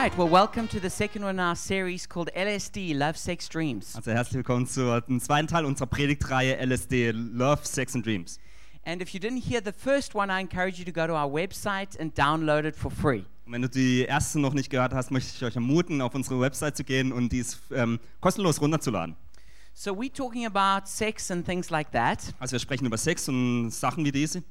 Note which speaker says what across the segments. Speaker 1: Right, well, welcome to the second one in our series called LSD Love, Sex, Dreams.
Speaker 2: Also herzlich willkommen zum zweiten Teil unserer Predigtreihe LSD Love, Sex and Dreams.
Speaker 1: And if you didn't hear the first one, I encourage you to go to our website and download it for free.
Speaker 2: Und wenn du die erste noch nicht gehört hast, möchte ich euch ermutigen, auf unsere Website zu gehen und dies ähm, kostenlos runterzuladen.
Speaker 1: So, we're talking about sex and things like that.
Speaker 2: Also wir sprechen über Sex und Sachen wie diese.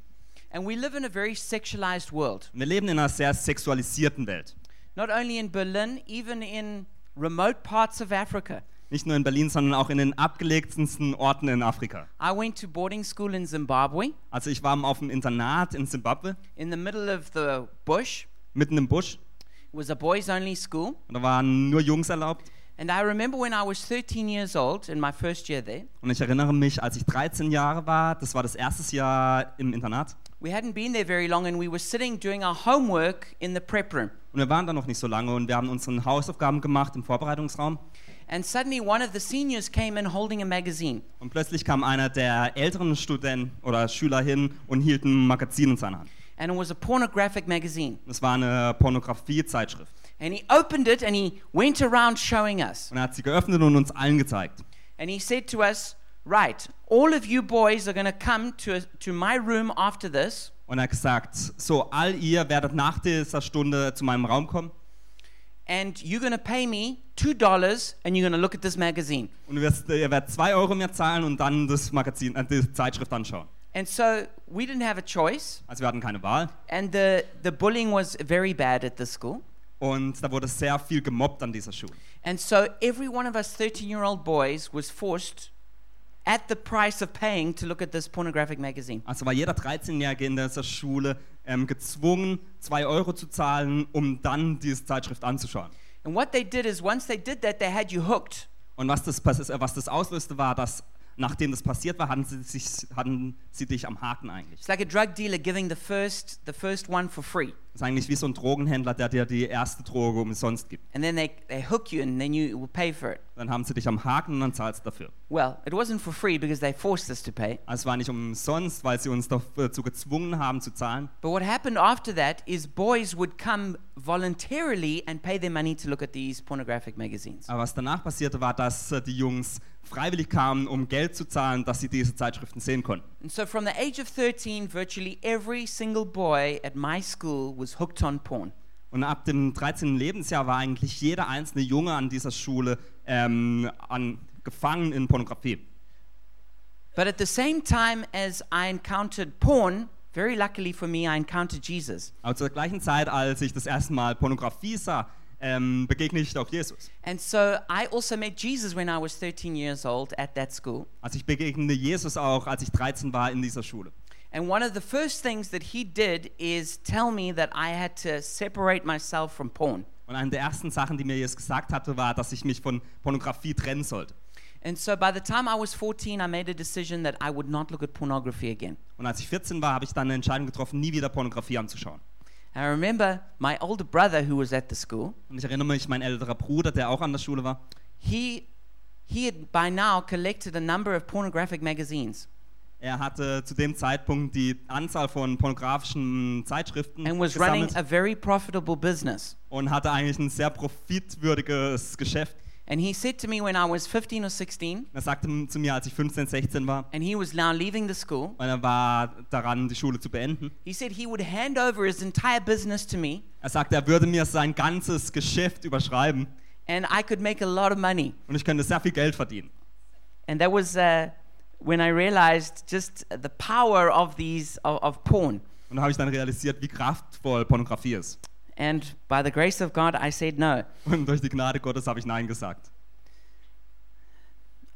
Speaker 1: And we live in a very sexualized world,
Speaker 2: Wir leben in einer sehr sexualisierten Welt.
Speaker 1: not only in Berlin, even in remote parts of Africa.
Speaker 2: Nicht nur in Berlin, sondern auch in den abgelegensten Orten in Afrika.
Speaker 1: I went to boarding school in Zimbabwe,
Speaker 2: Also ich war auf dem Internat in Zimbabwe,
Speaker 1: in the middle of the bush.
Speaker 2: mitten im Busch.
Speaker 1: It was a boys only school.
Speaker 2: Und da waren nur Jungs erlaubt.
Speaker 1: And I remember when I was 13 years old, in my first year there,
Speaker 2: Und ich erinnere mich, als ich 13 Jahre war, das war das erste Jahr im Internat.
Speaker 1: We hadn't been there very long and we were sitting doing our homework in the prep room.
Speaker 2: Und wir waren da noch nicht so lange und wir haben unsere Hausaufgaben gemacht im Vorbereitungsraum.
Speaker 1: And suddenly one of the seniors came in holding a magazine.
Speaker 2: Und plötzlich kam einer der älteren Studenten oder Schüler hin und hielt ein Magazin in seiner Hand.
Speaker 1: And it was a pornographic magazine.
Speaker 2: Das war eine Pornografie-Zeitschrift.
Speaker 1: And he opened it and he went around showing us.
Speaker 2: Und er hat sie geöffnet und uns allen gezeigt.
Speaker 1: And he said to us, Right, all of you boys are going to come to, to my room after this
Speaker 2: Und er hat gesagt, so, all ihr werdet nach dieser Stunde zu meinem Raum kommen
Speaker 1: and you're going to pay me $2 and you're going to look at this magazine.
Speaker 2: und ihr werdet, ihr werdet zwei Euro mehr zahlen und dann das Magazin, äh, die Zeitschrift anschauen.
Speaker 1: And so we didn't have a choice.
Speaker 2: Also wir hatten keine Wahl
Speaker 1: And the, the bullying was very bad at this school.
Speaker 2: und da wurde sehr viel gemobbt an dieser Schule.
Speaker 1: And so every one of us 13 year old boys was forced, at the price of paying, to look at this pornographic magazine.
Speaker 2: Also war jeder 13-Jährige in dieser Schule ähm, gezwungen, 2 Euro zu zahlen, um dann diese Zeitschrift anzuschauen.
Speaker 1: And what they did is, once they did that, they had you hooked.
Speaker 2: Und was das, passi- äh, was das auslöste, war, dass nachdem das passiert war, hatten sie, sich, hatten sie dich am Haken eigentlich.
Speaker 1: It's like a drug dealer giving the first, the first one for free.
Speaker 2: Das ist eigentlich wie so ein Drogenhändler, der dir die erste Droge umsonst gibt.
Speaker 1: And then they, they hook you, and then you will pay for it.
Speaker 2: Dann haben sie dich am Haken und dann zahlst du dafür.
Speaker 1: Well, it wasn't for free because they forced us to pay.
Speaker 2: Also es war nicht umsonst, weil sie uns dazu gezwungen haben zu zahlen.
Speaker 1: But what happened after that is boys would come voluntarily and pay their money to look at these pornographic magazines.
Speaker 2: Aber was danach passierte, war, dass äh, die Jungs freiwillig kamen, um Geld zu zahlen, dass sie diese Zeitschriften sehen konnten.
Speaker 1: And so from the age of 13, virtually every single boy at my school was hooked on porn.
Speaker 2: Und ab dem 13. Lebensjahr war eigentlich jeder einzelne Junge an dieser Schule ähm, an, gefangen in Pornografie.
Speaker 1: But at the same time as I encountered porn, very luckily for me, I encountered Jesus.
Speaker 2: Aber zur gleichen Zeit, als ich das erste Mal Pornografie sah, ähm, begegnete ich auch Jesus.
Speaker 1: And so I also met Jesus when I was 13 years old at that school.
Speaker 2: Also ich begegnete Jesus auch, als ich 13 war in dieser Schule.
Speaker 1: And one of the first things that he did is tell me that I had to separate myself from porn.
Speaker 2: Und eine der ersten Sachen, die mir Jesus gesagt hatte, war, dass ich mich von Pornografie trennen sollte.
Speaker 1: And so by the time I was 14, I made a decision that I would not look at pornography again.
Speaker 2: Und als ich 14 war, habe ich dann eine Entscheidung getroffen, nie wieder Pornografie anzuschauen.
Speaker 1: I remember my older brother who was at the school.
Speaker 2: Und ich erinnere mich, mein älterer Bruder, der auch an der Schule war,
Speaker 1: he he had by now collected a number of pornographic magazines
Speaker 2: Er hatte zu dem Zeitpunkt die Anzahl von pornografischen Zeitschriften
Speaker 1: and was running
Speaker 2: gesammelt
Speaker 1: a very profitable business.
Speaker 2: und hatte eigentlich ein sehr profitwürdiges Geschäft.
Speaker 1: And he said to me when I was 15 or 16,
Speaker 2: Er sagte m- zu mir, als ich 15, 16 war,
Speaker 1: and he was now leaving the school,
Speaker 2: und er war daran, die Schule zu beenden.
Speaker 1: he said he would hand over his entire business to me
Speaker 2: Er sagte, er würde mir sein ganzes Geschäft überschreiben
Speaker 1: and I could make a lot of money.
Speaker 2: und ich könnte sehr viel Geld verdienen.
Speaker 1: And that was uh, when I realized just the power of these of, of porn.
Speaker 2: Und da habe ich dann realisiert, wie kraftvoll Pornografie ist.
Speaker 1: And by the grace of God, I said no.
Speaker 2: Und durch die Gnade Gottes habe ich Nein gesagt.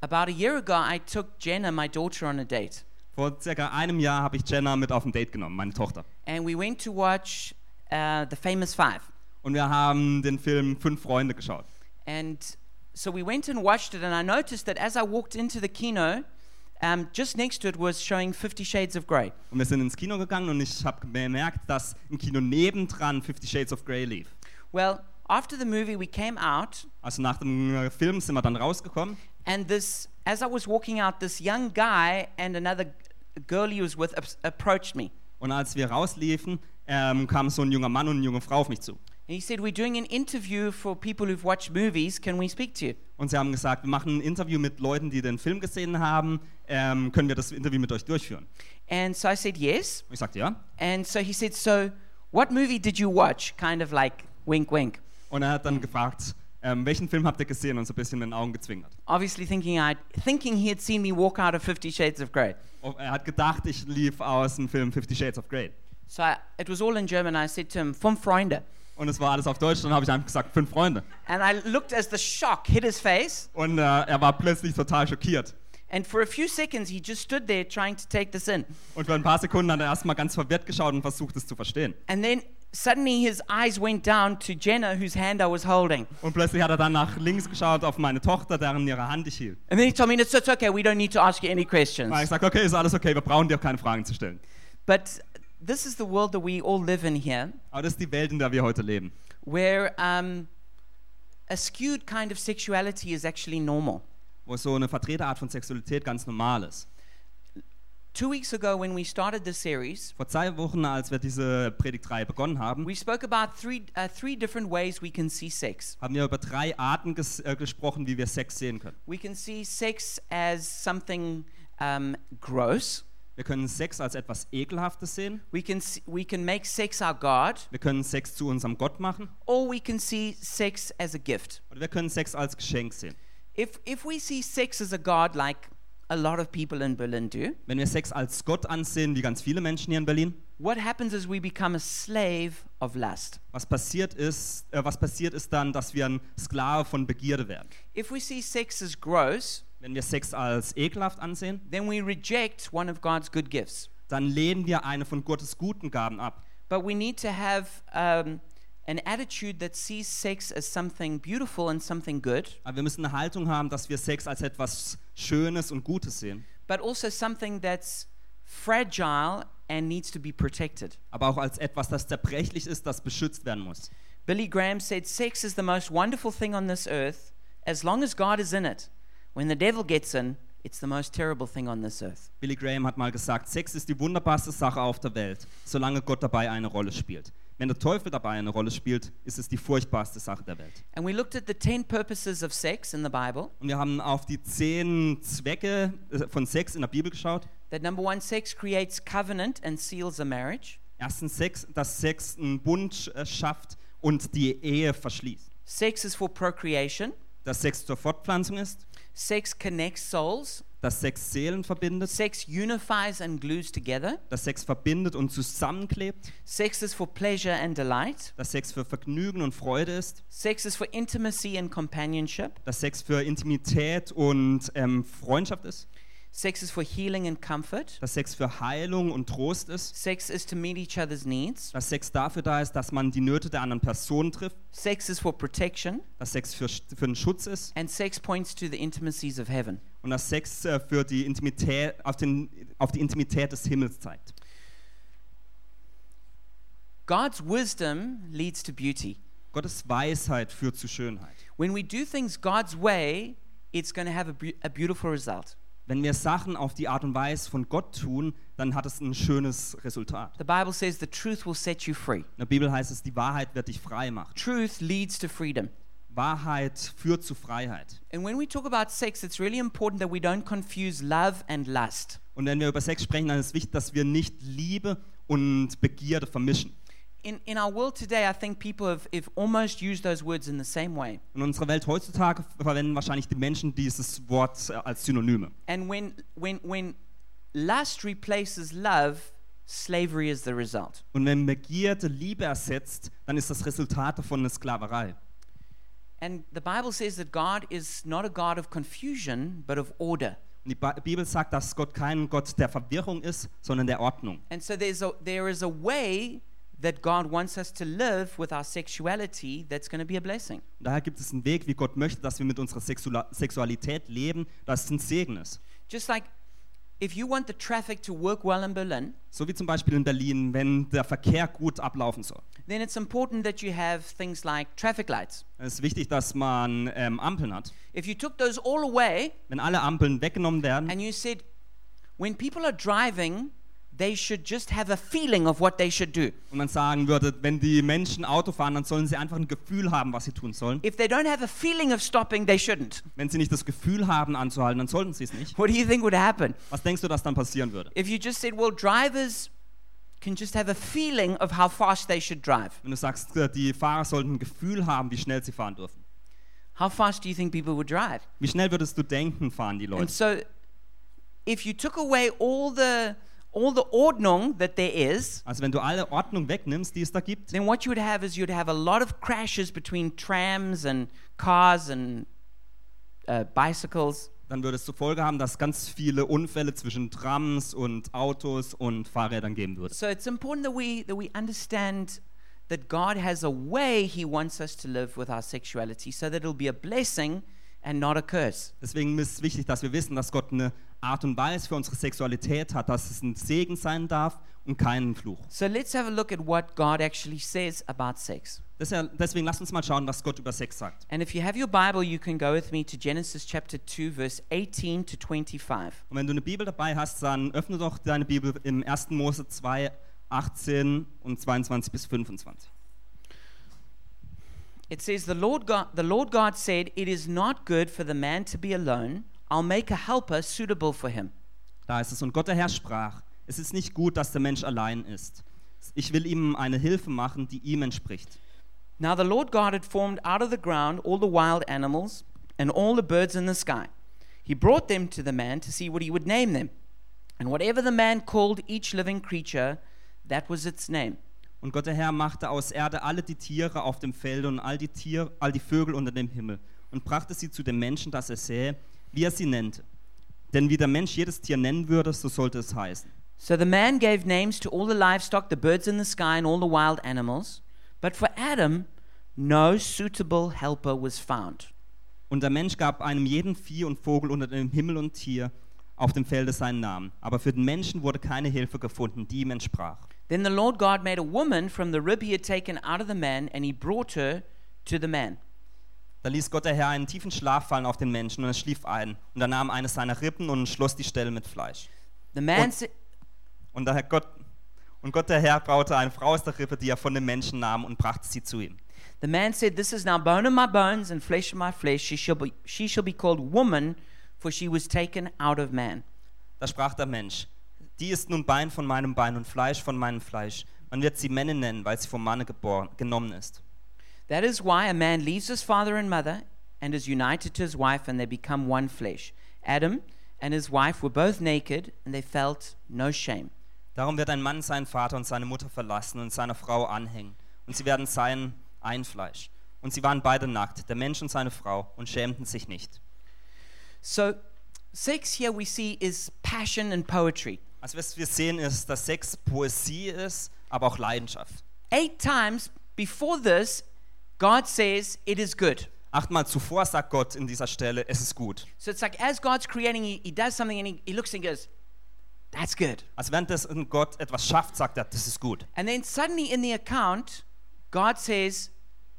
Speaker 1: About a year ago, I took Jenna, my daughter, on a date.
Speaker 2: Vor circa einem Jahr habe ich Jenna mit auf ein Date genommen, meine Tochter.
Speaker 1: and we went to watch uh, the famous five
Speaker 2: Und wir haben den Film Fünf Freunde geschaut.
Speaker 1: and so we went and watched it and i noticed that as i walked into the kino um, just next to it was showing 50 shades of grey
Speaker 2: Und wir sind ins Kino gegangen und ich habe bemerkt, dass im Kino nebendran Fifty Shades of Grey lief.
Speaker 1: well after the movie we came out
Speaker 2: Also nach dem äh, Film sind wir dann rausgekommen
Speaker 1: and this as i was walking out this young guy and another g- girl he was with ap- approached me
Speaker 2: und als wir rausliefen, ähm, kam so ein junger Mann und eine junge Frau auf mich zu.
Speaker 1: And And he said, We're doing an interview for people who've watched movies. Can we speak to you?
Speaker 2: Und sie haben gesagt, wir machen ein Interview mit Leuten, die den Film gesehen haben. Ähm, können wir das Interview mit euch durchführen?
Speaker 1: And so I said, Yes.
Speaker 2: Und ich sagte, ja.
Speaker 1: And so he said, So what movie did you watch? Kind of like wink, wink.
Speaker 2: Und er hat dann gefragt, ähm, welchen Film habt ihr gesehen? Und so ein bisschen mit den Augen gezwinkert.
Speaker 1: Obviously, thinking, I'd, thinking he had seen me walk out of Fifty Shades of Grey.
Speaker 2: Und er hat gedacht, ich lief aus dem Film Fifty Shades of Grey.
Speaker 1: So I, it was all in German. I said to him, Vom Freunde.
Speaker 2: Und es war alles auf Deutsch. Dann habe ich einfach gesagt, fünf Freunde.
Speaker 1: And I looked as the shock hit his face.
Speaker 2: Und äh, er war plötzlich total schockiert.
Speaker 1: And for a few seconds, he just stood there trying to take this in.
Speaker 2: Und für ein paar Sekunden hat er erstmal ganz verwirrt geschaut und versucht, es zu verstehen.
Speaker 1: And then suddenly his eyes went down to Jenna, whose hand I was holding.
Speaker 2: Und plötzlich hat er dann nach links geschaut auf meine Tochter, deren ihre Hand ich hielt.
Speaker 1: And then he told me, it's, it's okay, we don't need to ask you any questions.
Speaker 2: Und ich sagte, okay, ist alles okay, wir brauchen dir keine Fragen zu stellen.
Speaker 1: But this is the world that we all live in here,
Speaker 2: Aber das ist die Welt, in der wir heute leben.
Speaker 1: where um, a skewed kind of sexuality is actually normal.
Speaker 2: Wo so eine Vertreterart von Sexualität ganz normal ist.
Speaker 1: Two weeks ago, when we started this series,
Speaker 2: Vor zwei Wochen, als wir diese Predigtreihe begonnen haben,
Speaker 1: we spoke about three, uh, three different ways we can see sex.
Speaker 2: haben wir über drei Arten ges äh, gesprochen, wie wir Sex sehen können.
Speaker 1: We can see sex as something um, gross.
Speaker 2: Wir können Sex als etwas Ekelhaftes sehen.
Speaker 1: We can, see, we can make sex our God,
Speaker 2: Wir können Sex zu unserem Gott machen.
Speaker 1: or we can see sex as a gift.
Speaker 2: Oder wir können Sex als Geschenk sehen.
Speaker 1: If, if we see sex as a God, like a lot of people in Berlin do,
Speaker 2: Wenn wir Sex als Gott ansehen, wie ganz viele Menschen hier in Berlin,
Speaker 1: what happens is we become a slave of lust.
Speaker 2: was passiert ist, äh, was passiert ist dann, dass wir ein Sklave von Begierde werden.
Speaker 1: If we see sex as gross,
Speaker 2: Wenn wir Sex als ekelhaft ansehen,
Speaker 1: then we reject one of God's good gifts.
Speaker 2: dann lehnen wir eine von Gottes guten Gaben ab.
Speaker 1: But we need to have um, an attitude that sees sex as something beautiful and something good,
Speaker 2: Aber wir müssen eine Haltung haben, dass wir Sex als etwas Schönes und Gutes sehen,
Speaker 1: but also something that's fragile and needs to be protected.
Speaker 2: aber auch als etwas, das zerbrechlich ist, das beschützt werden muss.
Speaker 1: Billy Graham said, Sex is the most wonderful thing on this earth as long as God is in it. When the devil gets in, it's the most terrible thing on this earth.
Speaker 2: Billy Graham hat mal gesagt, Sex ist die wunderbarste Sache auf der Welt, solange Gott dabei eine Rolle spielt. Wenn der Teufel dabei eine Rolle spielt, ist es die furchtbarste Sache der Welt.
Speaker 1: And we looked at the 10 purposes of sex in the Bible.
Speaker 2: Und wir haben auf die zehn Zwecke äh, von Sex in der Bibel geschaut.
Speaker 1: That number one, sex creates covenant and seals a marriage.
Speaker 2: Erstens, Sex, dass Sex einen Bund äh, schafft und die Ehe verschließt.
Speaker 1: Sex is for procreation.
Speaker 2: Dass Sex zur Fortpflanzung ist,
Speaker 1: Sex connects souls.
Speaker 2: dass Sex Seelen verbindet,
Speaker 1: Sex unifies and glues together.
Speaker 2: dass Sex verbindet und zusammenklebt,
Speaker 1: Sex is for pleasure and delight.
Speaker 2: dass Sex für Vergnügen und Freude ist,
Speaker 1: Sex is for intimacy and companionship.
Speaker 2: dass Sex für Intimität und ähm, Freundschaft ist,
Speaker 1: Sex is for healing and comfort.
Speaker 2: dass Sex für Heilung und Trost ist,
Speaker 1: Sex is to meet each other's needs.
Speaker 2: dass Sex dafür da ist, dass man die Nöte der anderen Person trifft,
Speaker 1: Sex is for protection.
Speaker 2: dass Sex für, für den Schutz ist
Speaker 1: And sex points to the intimacies of heaven.
Speaker 2: und dass Sex äh, für die Intimität auf, den, auf die Intimität des Himmels zeigt.
Speaker 1: God's wisdom leads to beauty.
Speaker 2: Gottes Weisheit führt zu Schönheit.
Speaker 1: When we do things God's way, it's going to have a, beau- a beautiful result.
Speaker 2: Wenn wir Sachen auf die Art und Weise von Gott tun, dann hat es ein schönes Resultat.
Speaker 1: The Bible says the truth will set you free.
Speaker 2: In der Bibel heißt es, die Wahrheit wird dich frei machen.
Speaker 1: Truth leads to freedom.
Speaker 2: Wahrheit führt zu Freiheit.
Speaker 1: And when we talk about sex, it's really important that we don't confuse love and lust.
Speaker 2: Und wenn wir über Sex sprechen, dann ist wichtig, dass wir nicht Liebe und Begierde vermischen.
Speaker 1: In, in our world today, I think people have, have almost used those words in the same way.
Speaker 2: In unserer Welt heutzutage verwenden wahrscheinlich die Menschen dieses Wort äh, als Synonyme.
Speaker 1: And when, when, when lust replaces love, slavery is the result.
Speaker 2: Und wenn Begierde Liebe ersetzt, dann ist das Resultat davon eine Sklaverei.
Speaker 1: And the Bible says that God is not a God of confusion, but of order.
Speaker 2: Und die Ba- Bibel sagt, dass Gott kein Gott der Verwirrung ist, sondern der Ordnung.
Speaker 1: And so there's a, there is a way that God wants us to live with our sexuality that's going to be a blessing.
Speaker 2: Und Daher gibt es einen Weg, wie Gott möchte, dass wir mit unserer Sexula Sexualität leben, dass es ein Segen ist.
Speaker 1: Just like if you want the traffic to work well in Berlin,
Speaker 2: So wie zum Beispiel in Berlin, wenn der Verkehr gut ablaufen soll.
Speaker 1: then it's important that you have things like traffic lights.
Speaker 2: Es ist wichtig, dass man ähm, Ampeln hat.
Speaker 1: If you took those all away
Speaker 2: Mm-hmm. Wenn alle Ampeln weggenommen werden
Speaker 1: and you said, when people are driving, they should just have a feeling of what they should do.
Speaker 2: Und man sagen würde, wenn die Menschen Auto fahren, dann sollen sie einfach ein Gefühl haben, was sie tun sollen.
Speaker 1: If they don't have a feeling of stopping, they shouldn't.
Speaker 2: Wenn sie nicht das Gefühl haben, anzuhalten, dann sollten sie es nicht.
Speaker 1: What do you think would happen?
Speaker 2: Was denkst du, dass dann passieren würde?
Speaker 1: If you just said, well, drivers can just have a feeling of how fast they should drive,
Speaker 2: Wenn du sagst, äh, die Fahrer sollten ein Gefühl haben, wie schnell sie fahren dürfen.
Speaker 1: how fast do you think people would drive?
Speaker 2: Wie schnell würdest du denken, fahren die
Speaker 1: And
Speaker 2: Leute?
Speaker 1: so, if you took away all the all the ordnung that there is,
Speaker 2: Also wenn du alle Ordnung wegnimmst, die es da gibt,
Speaker 1: then what you would have is you'd have a lot of crashes between trams and cars and uh, bicycles.
Speaker 2: dann würde es zur Folge haben, dass es ganz viele Unfälle zwischen Trams und Autos und Fahrrädern geben würde.
Speaker 1: So it's important that we that we understand that God has a way He wants us to live with our sexuality, so that it'll be a blessing and not a curse.
Speaker 2: Deswegen ist es wichtig, dass wir wissen, dass Gott eine Art und Weise für unsere Sexualität hat, dass es ein Segen sein darf und keinen Fluch.
Speaker 1: So let's have a look at what God actually says about sex.
Speaker 2: Deshalb- Deswegen lasst uns mal schauen, was Gott über Sex sagt.
Speaker 1: And if you have your Bible, you can go with me to Genesis chapter 2, verse 18 to 25.
Speaker 2: Und wenn du eine Bibel dabei hast, dann öffne doch deine Bibel im 1. Mose 2, 18 und 22 bis 25.
Speaker 1: It says, the Lord, God, the Lord God said, It is not good for the man to be alone. I'll make a helper suitable for him.
Speaker 2: Da ist es. Und Gott der Herr sprach: Es ist nicht gut, dass der Mensch allein ist. Ich will ihm eine Hilfe machen, die ihm entspricht.
Speaker 1: Now the Lord God had formed out of the ground all the wild animals and all the birds in the sky. He brought them to the man to see what he would name them. And whatever the man called each living creature, that was its name.
Speaker 2: Und Gott der Herr machte aus Erde alle die Tiere auf dem Felde und all die, Tier, all die Vögel unter dem Himmel und brachte sie zu dem Menschen, dass er sähe, wie er sie nennte. Denn wie der Mensch jedes Tier nennen würde, so sollte es heißen.
Speaker 1: So the man gave names to all the livestock, the birds in the sky, and all the wild animals. But for Adam, no suitable helper was found.
Speaker 2: Und der Mensch gab einem jeden Vieh und Vogel unter dem Himmel und Tier auf dem Felde seinen Namen. Aber für den Menschen wurde keine Hilfe gefunden, die ihm entsprach.
Speaker 1: Then the Lord God made a woman from the rib he had taken out of the man, and he brought her to the man.
Speaker 2: Da ließ Gott der Herr einen tiefen Schlaf fallen auf den Menschen und er schlief ein. Und er nahm eines seiner Rippen und schloss die Stelle mit Fleisch.
Speaker 1: The man
Speaker 2: Und-
Speaker 1: said,
Speaker 2: Und, der Herr Gott, und Gott der Herr braute eine Frau aus der Rippe, die er von dem Menschen nahm und brachte sie zu ihm.
Speaker 1: The man said, This is now bone of my bones and flesh of my flesh. She shall be, she shall be called woman, for she was taken out of man.
Speaker 2: Da sprach der Mensch, die ist nun Bein von meinem Bein und Fleisch von meinem Fleisch. Man wird sie Männer nennen, weil sie vom Manne geboren, genommen ist.
Speaker 1: That is why a man leaves his father and mother and is united to his wife, and they become one flesh. Adam and his wife were both naked, and they felt no shame.
Speaker 2: Darum wird ein Mann seinen Vater und seine Mutter verlassen und seiner Frau anhängen. Und sie werden sein ein Fleisch. Und sie waren beide nackt, der Mensch und seine Frau, und schämten sich nicht.
Speaker 1: So, sex here we see is passion and poetry.
Speaker 2: Also was wir sehen ist, dass Sex Poesie ist, aber auch Leidenschaft.
Speaker 1: Eight times before this, God says, It is good.
Speaker 2: Achtmal zuvor sagt Gott in dieser Stelle, es ist gut.
Speaker 1: So it's like as God's creating, He, he does something and he, he looks and goes, That's good.
Speaker 2: Also während das in Gott etwas schafft, sagt er, das ist gut.
Speaker 1: And then suddenly in the account, God says,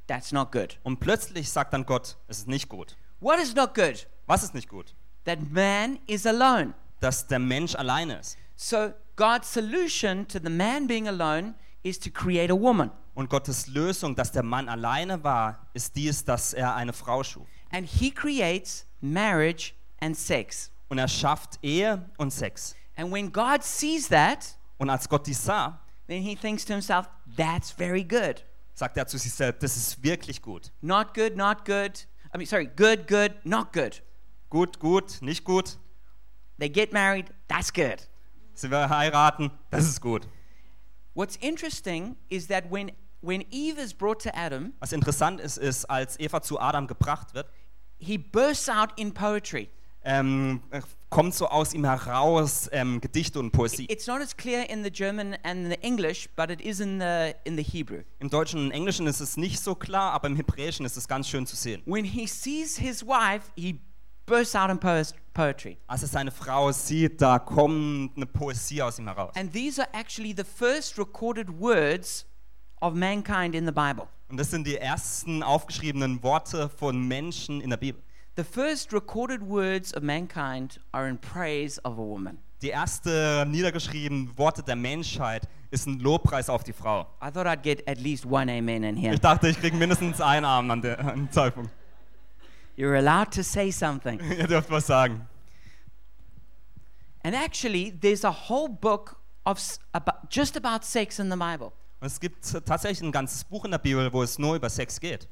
Speaker 1: That's not good.
Speaker 2: Und plötzlich sagt dann Gott, es ist nicht gut.
Speaker 1: What is not good?
Speaker 2: Was ist nicht gut?
Speaker 1: That man is alone.
Speaker 2: Dass der Mensch alleine ist.
Speaker 1: So God's solution to the man being alone is to create a woman.
Speaker 2: Und Gottes Lösung, dass der Mann alleine war, ist dies, dass er eine Frau schuf.
Speaker 1: And he creates marriage and sex.
Speaker 2: Und er schafft Ehe und Sex.
Speaker 1: And when God sees that,
Speaker 2: Und als Gott dies sah,
Speaker 1: then he thinks to himself, That's very good.
Speaker 2: sagt er zu sich selbst, das ist wirklich gut.
Speaker 1: Not good, not good. I mean, sorry, good, good, not good.
Speaker 2: Gut, gut, nicht gut.
Speaker 1: They get married, that's good.
Speaker 2: Sie will heiraten, das ist gut.
Speaker 1: What's interesting is that when, when Eve is brought to Adam,
Speaker 2: Was interessant ist, ist, als Eva zu Adam gebracht wird,
Speaker 1: he bursts out in poetry.
Speaker 2: ähm, kommt so aus ihm heraus ähm, Gedichte und Poesie.
Speaker 1: It's not as clear in the German and the English, but it is in the in the Hebrew.
Speaker 2: Im Deutschen und Englischen ist es nicht so klar, aber im Hebräischen ist es ganz schön zu sehen.
Speaker 1: When he sees his wife, he bursts out in poes- poetry.
Speaker 2: Als er seine Frau sieht, da kommt eine Poesie aus ihm heraus.
Speaker 1: And these are actually the first recorded words of mankind in the Bible.
Speaker 2: Und das sind die ersten aufgeschriebenen Worte von Menschen in der Bibel.
Speaker 1: The first recorded words of mankind are in praise of a woman.
Speaker 2: die erste niedergeschriebenen Worte der Menschheit ist ein Lobpreis auf die Frau.
Speaker 1: I thought I'd get at least one amen in here.
Speaker 2: Ich dachte, ich kriege mindestens einen Arm an der an dem Zeitpunkt.
Speaker 1: You're allowed to say something.
Speaker 2: Ihr dürft was sagen.
Speaker 1: And actually, there's a whole book of s- about, just about sex in the Bible.
Speaker 2: Und es gibt tatsächlich ein ganzes Buch in der Bibel, wo es nur über Sex geht.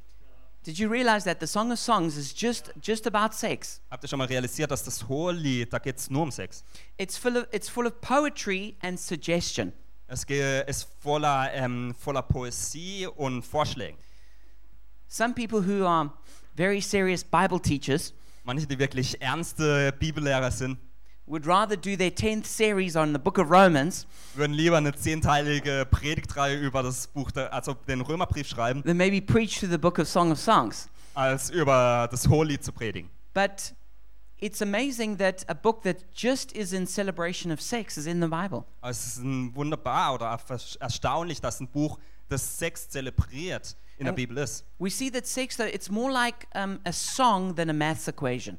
Speaker 1: Did you realize that the Song of Songs is just just about sex?
Speaker 2: Habt ihr schon mal realisiert, dass das Hohelied, da geht es nur um Sex.
Speaker 1: It's full of it's full of poetry and suggestion.
Speaker 2: Es ge- ist voller, ähm, voller Poesie und Vorschlägen.
Speaker 1: Some people who are very serious Bible teachers
Speaker 2: Manche, die wirklich ernste Bibellehrer sind,
Speaker 1: would rather do their 10th series on the book of Romans
Speaker 2: würden lieber eine zehnteilige Predigtreihe über das Buch, der, also den Römerbrief schreiben,
Speaker 1: than maybe preach through the book of Song of Songs.
Speaker 2: als über das Hohelied zu predigen.
Speaker 1: But it's amazing that a book that just is in celebration of sex is in the Bible.
Speaker 2: Aber es ist ein wunderbar oder erf- erstaunlich, dass ein Buch, das Sex zelebriert, in der
Speaker 1: Ähm.
Speaker 2: Bibel ist.
Speaker 1: We see that sex, though, it's more like um, a song than a maths equation.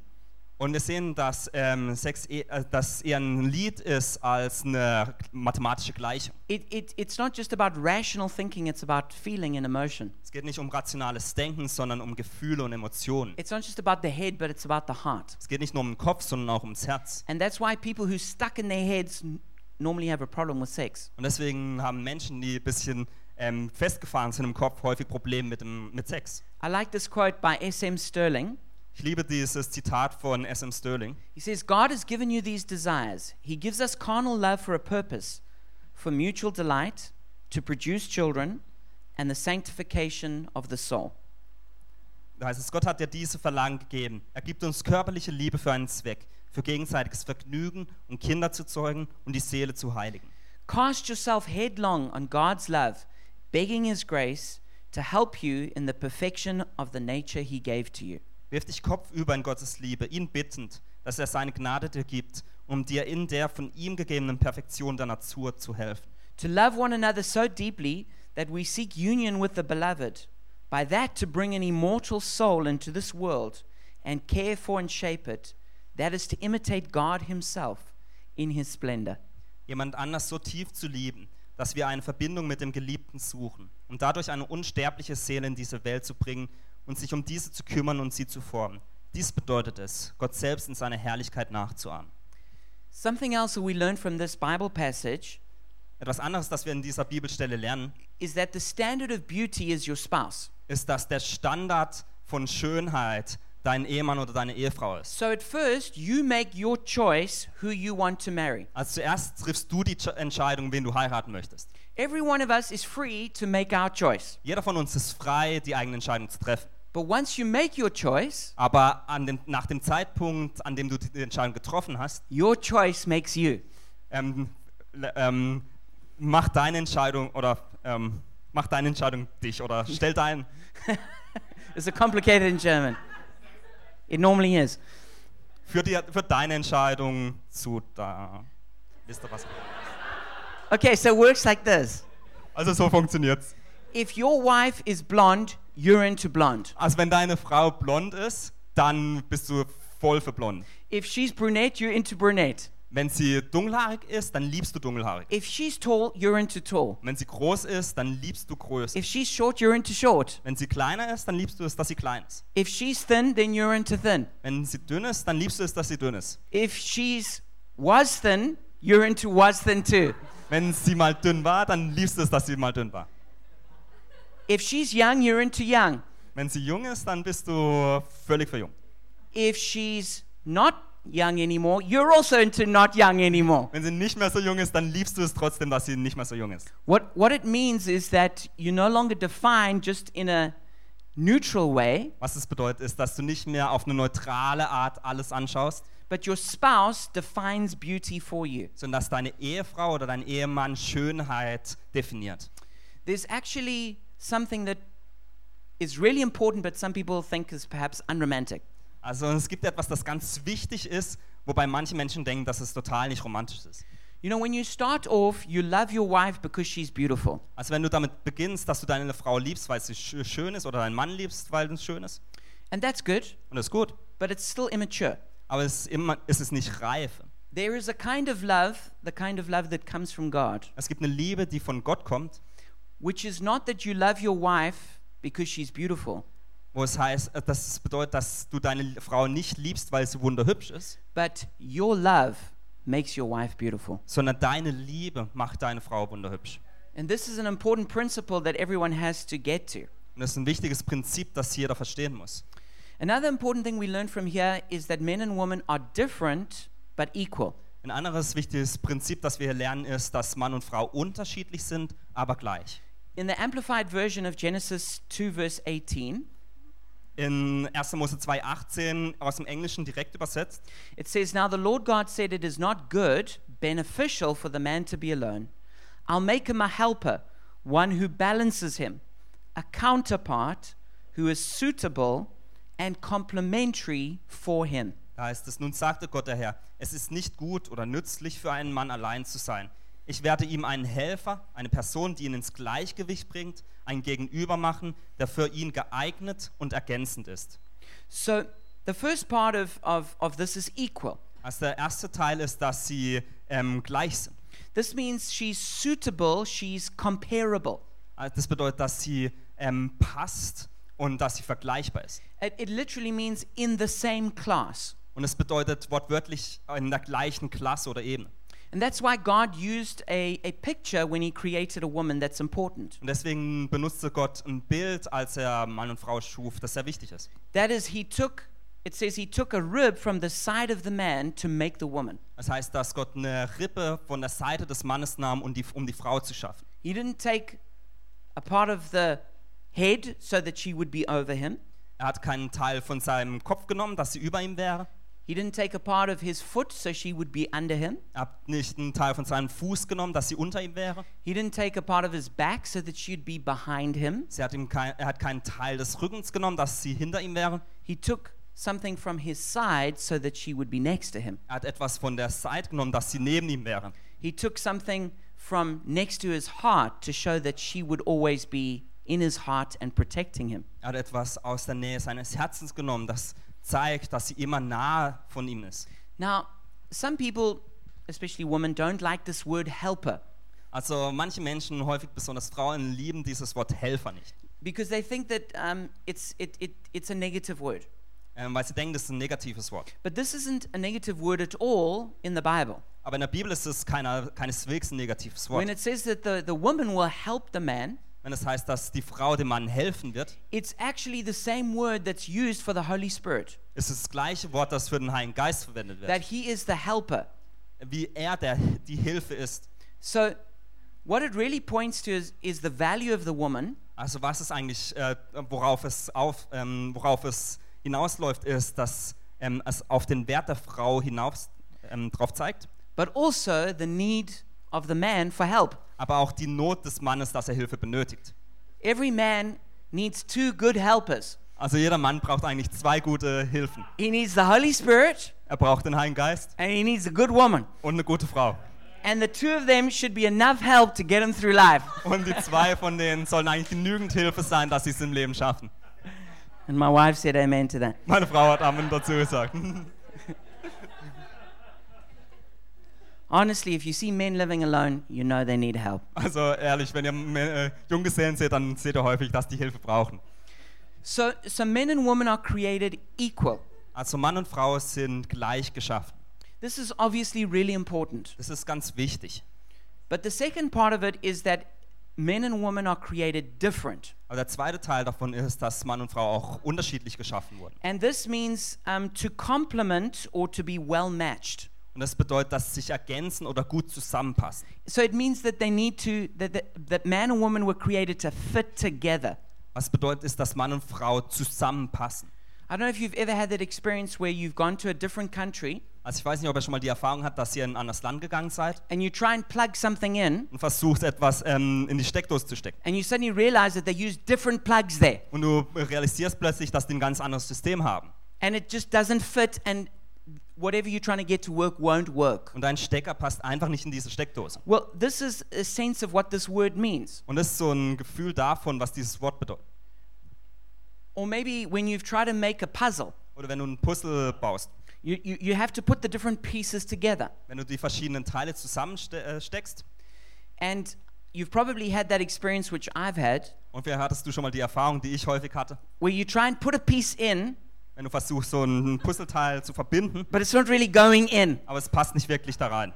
Speaker 2: Und wir sehen, dass ähm, Sex e äh, dass eher ein Lied ist als eine mathematische Gleichung.
Speaker 1: It, it, it's not just about rational thinking, it's about feeling and emotion.
Speaker 2: Es geht nicht um rationales Denken, sondern um Gefühle und Emotionen.
Speaker 1: It's not just about the head, but it's about the heart.
Speaker 2: Es geht nicht nur um den Kopf, sondern auch ums Herz.
Speaker 1: And that's why people who stuck in their heads n- normally have a problem with sex.
Speaker 2: Und deswegen haben Menschen, die ein bisschen ähm, festgefahren sind im Kopf, häufig Probleme mit, dem, mit Sex.
Speaker 1: I like this quote by S.M. Sterling.
Speaker 2: Ich liebe dieses Zitat von S.M. Sterling.
Speaker 1: He says, God has given you these desires. He gives us carnal love for a purpose, for mutual delight, to produce children, and the sanctification of the soul.
Speaker 2: Da heißt es, Gott hat dir diese Verlangen gegeben. Er gibt uns körperliche Liebe für einen Zweck, für gegenseitiges Vergnügen, um Kinder zu zeugen und die Seele zu heiligen.
Speaker 1: Cast yourself headlong on God's love, begging His grace to help you in the perfection of the nature He gave to you.
Speaker 2: Wirf dich kopfüber in Gottes Liebe, ihn bittend, dass er seine Gnade dir gibt, um dir in der von ihm gegebenen Perfektion der Natur zu helfen.
Speaker 1: To love one another so deeply that we seek union with the beloved, by that to bring an immortal soul into this world and care for and shape it, that is to imitate God Himself in His splendor.
Speaker 2: Jemand anders so tief zu lieben, dass wir eine Verbindung mit dem Geliebten suchen, um dadurch eine unsterbliche Seele in diese Welt zu bringen und sich um diese zu kümmern und sie zu formen. Dies bedeutet es, Gott selbst in seiner Herrlichkeit nachzuahmen.
Speaker 1: Something else that we learn from this Bible passage
Speaker 2: Etwas anderes, das wir in dieser Bibelstelle lernen,
Speaker 1: is that the standard of beauty is your spouse.
Speaker 2: ist, dass der Standard von Schönheit dein Ehemann oder deine Ehefrau ist.
Speaker 1: So at first, you make your choice who you want to marry.
Speaker 2: Also zuerst triffst du die Ch- Entscheidung, wen du heiraten möchtest.
Speaker 1: Every one of us is free to make our choice.
Speaker 2: Jeder von uns ist frei, die eigene Entscheidung zu treffen.
Speaker 1: But once you make your choice,
Speaker 2: Aber an dem, nach dem Zeitpunkt, an dem du die Entscheidung getroffen hast,
Speaker 1: your choice makes you.
Speaker 2: ähm, le- ähm, macht deine Entscheidung oder ähm, macht deine Entscheidung dich oder stell dein.
Speaker 1: It's a complicated in German. It normally is.
Speaker 2: Führt, dir, führt deine Entscheidung zu da. Wisst ihr was?
Speaker 1: Okay, so it works like this.
Speaker 2: Also so funktioniert's.
Speaker 1: If your wife is blonde, you're into blonde.
Speaker 2: Also wenn deine Frau blond ist, dann bist du voll für blond.
Speaker 1: If she's brunette, you're into brunette.
Speaker 2: Wenn sie dunkelhaarig ist, dann liebst du dunkelhaarig.
Speaker 1: If she's tall, you're into tall.
Speaker 2: Wenn sie groß ist, dann liebst du groß.
Speaker 1: If she's short, you're into short.
Speaker 2: Wenn sie kleiner ist, dann liebst du es, dass sie klein ist.
Speaker 1: If she's thin, then you're into thin.
Speaker 2: Wenn sie dünn ist, dann liebst du es, dass sie dünn ist.
Speaker 1: If she's was thin, you're into was thin too.
Speaker 2: Wenn sie mal dünn war, dann liebst du es, dass sie mal dünn war.
Speaker 1: If she's young, you're into young.
Speaker 2: Wenn sie jung ist, dann bist du völlig für jung.
Speaker 1: If she's not young anymore, you're also into not young anymore.
Speaker 2: Wenn sie nicht mehr so jung ist, dann liebst du es trotzdem, dass sie nicht mehr so jung ist.
Speaker 1: What, what it means is that you no longer define just in a neutral way,
Speaker 2: Was es bedeutet, ist, dass du nicht mehr auf eine neutrale Art alles anschaust,
Speaker 1: but your spouse defines beauty for you.
Speaker 2: sondern dass deine Ehefrau oder dein Ehemann Schönheit definiert.
Speaker 1: There's actually something that is really important, but some people think is perhaps unromantic.
Speaker 2: Also es gibt etwas, das ganz wichtig ist, wobei manche Menschen denken, dass es total nicht romantisch ist.
Speaker 1: You know, when you start off, you love your wife because she's beautiful.
Speaker 2: Also wenn du damit beginnst, dass du deine Frau liebst, weil sie sch- schön ist, oder deinen Mann liebst, weil es schön ist,
Speaker 1: And that's good,
Speaker 2: und das ist gut,
Speaker 1: but it's still immature.
Speaker 2: aber es ist, immer, es ist nicht reif.
Speaker 1: There is a kind of love, the kind of love that comes from God,
Speaker 2: Es gibt eine Liebe, die von Gott kommt,
Speaker 1: which is not that you love your wife because she's beautiful,
Speaker 2: wo es heißt, äh, das bedeutet, dass du deine Frau nicht liebst, weil sie wunderhübsch ist,
Speaker 1: but your love makes your wife beautiful.
Speaker 2: sondern deine Liebe macht deine Frau wunderhübsch.
Speaker 1: And this is an important principle that everyone has to get to.
Speaker 2: Und das ist ein wichtiges Prinzip, das jeder verstehen muss.
Speaker 1: Another important thing we learn from here is that men and women are different but equal.
Speaker 2: Ein anderes wichtiges Prinzip, das wir hier lernen, ist, dass Mann und Frau unterschiedlich sind, aber gleich.
Speaker 1: In the amplified version of Genesis 2 verse 18,
Speaker 2: In 1. Mose 2,18 aus dem Englischen direkt übersetzt.
Speaker 1: It says, Now the Lord God said, It is not good, beneficial for the man to be alone. I'll make him a helper, one who balances him, a counterpart who is suitable and complementary for him.
Speaker 2: Da heißt es, nun sagte Gott der Herr, es ist nicht gut oder nützlich für einen Mann allein zu sein. Ich werde ihm einen Helfer, eine Person, die ihn ins Gleichgewicht bringt, ein Gegenüber machen, der für ihn geeignet und ergänzend ist.
Speaker 1: So the first part of, of, of this is equal.
Speaker 2: Also der erste Teil ist, dass sie ähm, gleich sind.
Speaker 1: This means she's suitable, she's comparable.
Speaker 2: Also das bedeutet, dass sie ähm, passt und dass sie vergleichbar ist.
Speaker 1: It, it literally means in the same class.
Speaker 2: Und es bedeutet wortwörtlich in der gleichen Klasse oder Ebene.
Speaker 1: And that's why God used a, a picture when He created a woman that's important.
Speaker 2: Und deswegen benutzte Gott ein Bild, als er Mann und Frau schuf, das sehr wichtig ist.
Speaker 1: That is, he took, it says he took a rib from the side of the man to make the woman.
Speaker 2: Das heißt, dass Gott eine Rippe von der Seite des Mannes nahm, um die, um die Frau zu schaffen.
Speaker 1: He didn't take a part of the head so that she would be over him.
Speaker 2: Er hat keinen Teil von seinem Kopf genommen, dass sie über ihm wäre.
Speaker 1: He didn't take a part of his foot so she would be under him.
Speaker 2: Er hat nicht einen Teil von seinem Fuß genommen, dass sie unter ihm wäre.
Speaker 1: He didn't take a part of his back so that she'd be behind him.
Speaker 2: Sie hat ihm kein, er hat keinen Teil des Rückens genommen, dass sie hinter ihm wäre.
Speaker 1: He took something from his side so that she would be next to him.
Speaker 2: Er hat etwas von der Seite genommen, dass sie neben ihm wäre.
Speaker 1: He took something from next to his heart to show that she would always be in his heart and protecting him.
Speaker 2: Er hat etwas aus der Nähe seines Herzens genommen, das zeigt, dass sie immer nahe von ihm ist.
Speaker 1: Now, some people, especially women, don't like this word helper
Speaker 2: Also manche Menschen, häufig besonders Frauen, lieben dieses Wort Helfer nicht,
Speaker 1: because they think that um, it's, it, it, it's a negative word.
Speaker 2: ähm, weil sie denken, das ist ein negatives Wort.
Speaker 1: But this isn't a negative word at all in the Bible.
Speaker 2: Aber in der Bibel ist es keiner, keineswegs ein negatives Wort.
Speaker 1: When it says that the, the woman will help the man,
Speaker 2: Wenn es heißt, dass die Frau dem Mann helfen wird,
Speaker 1: it's actually the same word that's used for the Holy Spirit,
Speaker 2: ist es das gleiche Wort, das für den Heiligen Geist verwendet
Speaker 1: that
Speaker 2: wird.
Speaker 1: he is the helper.
Speaker 2: Wie er der, die Hilfe ist.
Speaker 1: So, what it really points to is, is the value of the woman
Speaker 2: Also was ist eigentlich, äh, worauf, es auf, ähm, worauf es hinausläuft, ist, dass ähm, es auf den Wert der Frau hinaus ähm, drauf zeigt,
Speaker 1: but also the need of the man for help.
Speaker 2: aber auch die Not des Mannes, dass er Hilfe benötigt.
Speaker 1: Every man needs two good helpers.
Speaker 2: Also jeder Mann braucht eigentlich zwei gute Hilfen.
Speaker 1: He needs the Holy Spirit
Speaker 2: Er braucht den Heiligen Geist
Speaker 1: and he needs a good woman.
Speaker 2: und eine gute Frau.
Speaker 1: And the two of them should be enough help to get him through life.
Speaker 2: Und die zwei von denen sollen eigentlich genügend Hilfe sein, dass sie es im Leben schaffen.
Speaker 1: And my wife said amen to that.
Speaker 2: Meine Frau hat Amen dazu gesagt.
Speaker 1: Honestly, if you see men living alone, you know they need help.
Speaker 2: Also ehrlich, wenn ihr äh, Junggesellen seht, dann seht ihr häufig, dass die Hilfe brauchen.
Speaker 1: So, so men and women are created equal.
Speaker 2: Also Mann und Frau sind gleich geschaffen.
Speaker 1: This is obviously really important.
Speaker 2: Das ist ganz wichtig.
Speaker 1: But the second part of it is that men and women are created different.
Speaker 2: Aber der zweite Teil davon ist, dass Mann und Frau auch unterschiedlich geschaffen wurden.
Speaker 1: And this means um, to complement or to be well matched.
Speaker 2: Und das bedeutet, dass sie sich ergänzen oder gut zusammenpassen.
Speaker 1: So it means that they need to, that, that, that man and woman were created to fit together.
Speaker 2: Was bedeutet ist, dass Mann und Frau zusammenpassen.
Speaker 1: I don't know if you've ever had that experience where you've gone to a different country
Speaker 2: Also ich weiß nicht, ob ihr schon mal die Erfahrung habt, dass ihr in ein anderes Land gegangen seid
Speaker 1: and you try and plug something in
Speaker 2: und versucht, etwas ähm, in die Steckdose zu stecken.
Speaker 1: and you suddenly realize that they use different plugs there
Speaker 2: Und du realisierst plötzlich, dass die ein ganz anderes System haben.
Speaker 1: and it just doesn't fit and whatever you're trying to get to work won't work.
Speaker 2: Und dein Stecker passt einfach nicht in diese Steckdose.
Speaker 1: Well, this is a sense of what this word means.
Speaker 2: Und das ist so ein Gefühl davon, was dieses Wort bedeutet.
Speaker 1: Or maybe when you've tried to make a puzzle,
Speaker 2: Oder wenn du ein Puzzle baust.
Speaker 1: You, you, you have to put the different pieces together.
Speaker 2: Wenn du die verschiedenen Teile äh, zusammensteckst,
Speaker 1: And you've probably had that experience, which I've had,
Speaker 2: und vielleicht hattest du schon mal die Erfahrung, die ich häufig hatte,
Speaker 1: where you try and put a piece in,
Speaker 2: wenn du versuchst, so ein Puzzleteil zu verbinden,
Speaker 1: but it's not really going in.
Speaker 2: aber es passt nicht wirklich da rein.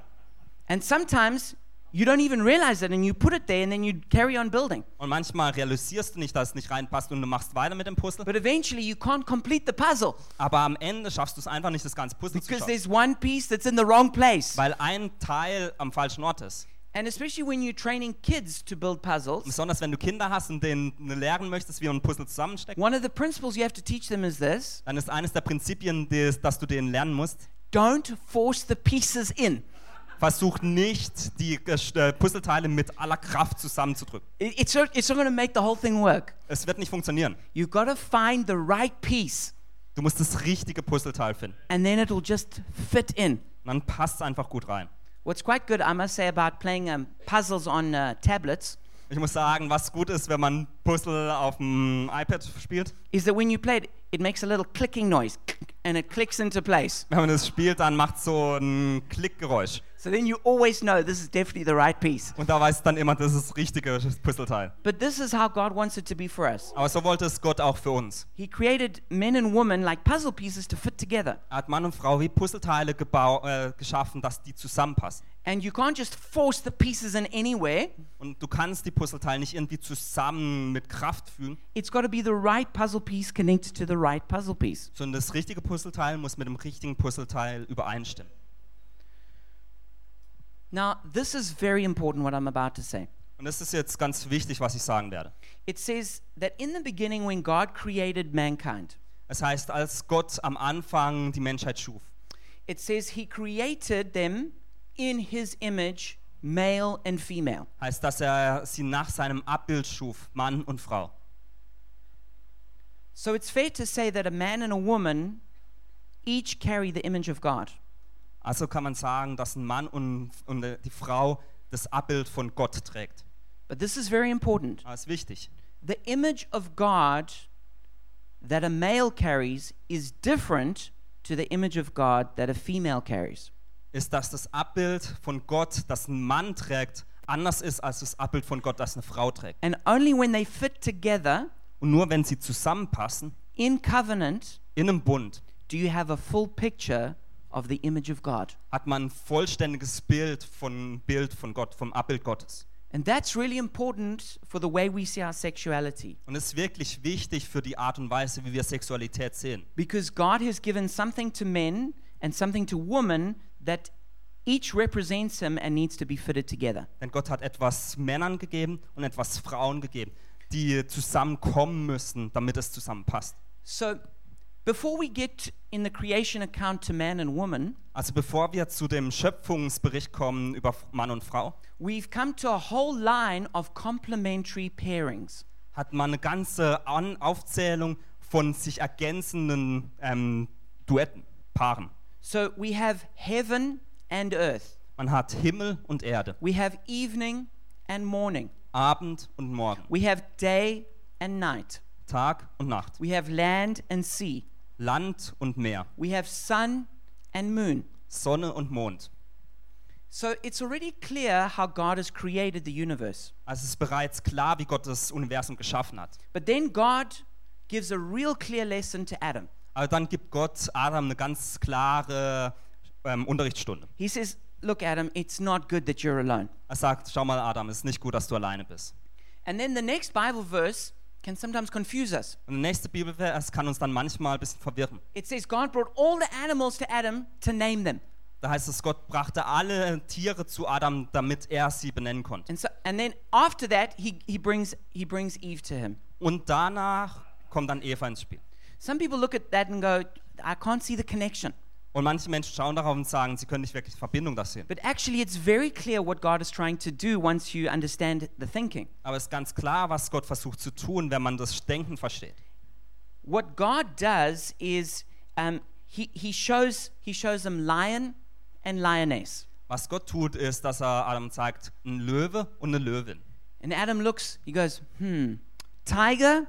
Speaker 1: And sometimes you don't even realize it and you put it there and then you carry on building.
Speaker 2: Und manchmal realisierst du nicht, dass es nicht reinpasst und du machst weiter mit dem Puzzle,
Speaker 1: But eventually you can't complete the puzzle
Speaker 2: aber am Ende schaffst du es einfach nicht, das ganze Puzzle zu
Speaker 1: because
Speaker 2: schaffen,
Speaker 1: there's one piece that's in the wrong place.
Speaker 2: weil ein Teil am falschen Ort ist.
Speaker 1: And especially when you're training kids to build puzzles,
Speaker 2: Besonders wenn du Kinder hast und denen ne, lehren möchtest, wie man ein Puzzle zusammensteckt,
Speaker 1: one of the principles you have to teach them is this
Speaker 2: dann ist eines der Prinzipien, des, dass du denen lernen musst,
Speaker 1: don't force the pieces in.
Speaker 2: versuch nicht, die äh, Puzzleteile mit aller Kraft zusammenzudrücken.
Speaker 1: I- It's not, it's not going to make the whole thing work.
Speaker 2: Es wird nicht funktionieren.
Speaker 1: You've got to find the right piece
Speaker 2: Du musst das richtige Puzzleteil finden.
Speaker 1: and then it'll just fit in.
Speaker 2: Und dann passt es einfach gut rein.
Speaker 1: What's quite good, I must say, about playing um, puzzles on uh, tablets
Speaker 2: Ich muss sagen, was gut ist, wenn man Puzzle auf dem iPad spielt.
Speaker 1: is that when you play it, it makes a little clicking noise and it clicks into place.
Speaker 2: Wenn man das spielt, dann macht so ein Klickgeräusch.
Speaker 1: So then you always know this is definitely the right piece.
Speaker 2: Und da weiß dann immer, das ist das richtige Puzzleteil.
Speaker 1: But this is how God wants it to be for us.
Speaker 2: Aber so wollte es Gott auch für uns.
Speaker 1: He created men and women like puzzle pieces to fit together.
Speaker 2: Er hat Mann und Frau wie Puzzleteile gebau äh, geschaffen, dass die zusammenpassen.
Speaker 1: And you can't just force the pieces in anywhere.
Speaker 2: Und du kannst die Puzzleteile nicht irgendwie zusammen mit Kraft fühlen,
Speaker 1: It's got to be the right puzzle piece connected to the right puzzle piece.
Speaker 2: sondern das richtige Puzzleteil muss mit dem richtigen Puzzleteil übereinstimmen.
Speaker 1: Now, this is very important what I'm about to say.
Speaker 2: Und das ist jetzt ganz wichtig, was ich sagen werde.
Speaker 1: It says that in the beginning, when God created mankind,
Speaker 2: Es heißt, als Gott am Anfang die Menschheit schuf,
Speaker 1: it says he created them in his image, male and female.
Speaker 2: heißt, dass er sie nach seinem Abbild schuf, Mann und Frau.
Speaker 1: So it's fair to say that a man and a woman each carry the image of God.
Speaker 2: Also kann man sagen, dass ein Mann und, und die Frau das Abbild von Gott trägt.
Speaker 1: But this is very important.
Speaker 2: Das ist wichtig.
Speaker 1: The image of God that a male carries is different to the image of God that a female carries.
Speaker 2: Ist, dass das Abbild von Gott, das ein Mann trägt, anders ist als das Abbild von Gott, das eine Frau trägt.
Speaker 1: And only when they fit together
Speaker 2: Und nur wenn sie zusammenpassen,
Speaker 1: in covenant
Speaker 2: in einem Bund,
Speaker 1: do you have a full picture of the image of God.
Speaker 2: hat man ein vollständiges Bild von Bild von Gott, vom Abbild Gottes.
Speaker 1: And that's really important for the way we see our sexuality.
Speaker 2: Und es ist wirklich wichtig für die Art und Weise, wie wir Sexualität sehen.
Speaker 1: Because God has given something to men and something to women that each represents him and needs to be fitted together.
Speaker 2: Denn Gott hat etwas Männern gegeben und etwas Frauen gegeben, die zusammenkommen müssen, damit es zusammenpasst.
Speaker 1: So before we get in the creation account to man and woman,
Speaker 2: Also bevor wir zu dem Schöpfungsbericht kommen über Mann und Frau,
Speaker 1: we've come to a whole line of complementary pairings.
Speaker 2: hat man eine ganze An Aufzählung von sich ergänzenden ähm, Duetten, Paaren.
Speaker 1: So we have heaven and earth.
Speaker 2: Man hat Himmel und Erde,
Speaker 1: We have evening and morning.
Speaker 2: Abend und Morgen,
Speaker 1: We have day and night.
Speaker 2: Tag und Nacht,
Speaker 1: We have land and sea.
Speaker 2: Land und Meer,
Speaker 1: We have sun and moon.
Speaker 2: Sonne und Mond.
Speaker 1: So it's already clear how God has created the universe.
Speaker 2: Also es ist bereits klar, wie Gott das Universum geschaffen hat.
Speaker 1: But then God gives a real clear lesson to Adam.
Speaker 2: Aber dann gibt Gott Adam eine ganz klare ähm, Unterrichtsstunde.
Speaker 1: He says, Look, Adam, it's not good that you're alone.
Speaker 2: Er sagt, schau mal Adam, es ist nicht gut, dass du alleine bist.
Speaker 1: And then the next Bible verse can sometimes confuse us.
Speaker 2: Und der nächste Bibelvers kann uns dann manchmal ein bisschen verwirren.
Speaker 1: It says, God brought all the animals to Adam to name them.
Speaker 2: Da heißt es, Gott brachte alle Tiere zu Adam, damit er sie benennen konnte.
Speaker 1: And, so, and then after that, he, he, brings, he brings Eve to him.
Speaker 2: Und danach kommt dann Eva ins Spiel.
Speaker 1: Some people look at that and go, I can't see the connection.
Speaker 2: Und manche Menschen schauen darauf und sagen, sie können nicht wirklich Verbindung das sehen.
Speaker 1: But actually, it's very clear what God is trying to do once you understand the thinking.
Speaker 2: Aber es ist ganz klar, was Gott versucht zu tun, wenn man das Denken versteht.
Speaker 1: what God does is um, he, he shows he shows them lion and lioness.
Speaker 2: Was Gott tut, ist, dass er Adam zeigt, ein Löwe und eine Löwin.
Speaker 1: And Adam looks, he goes, hmm, tiger,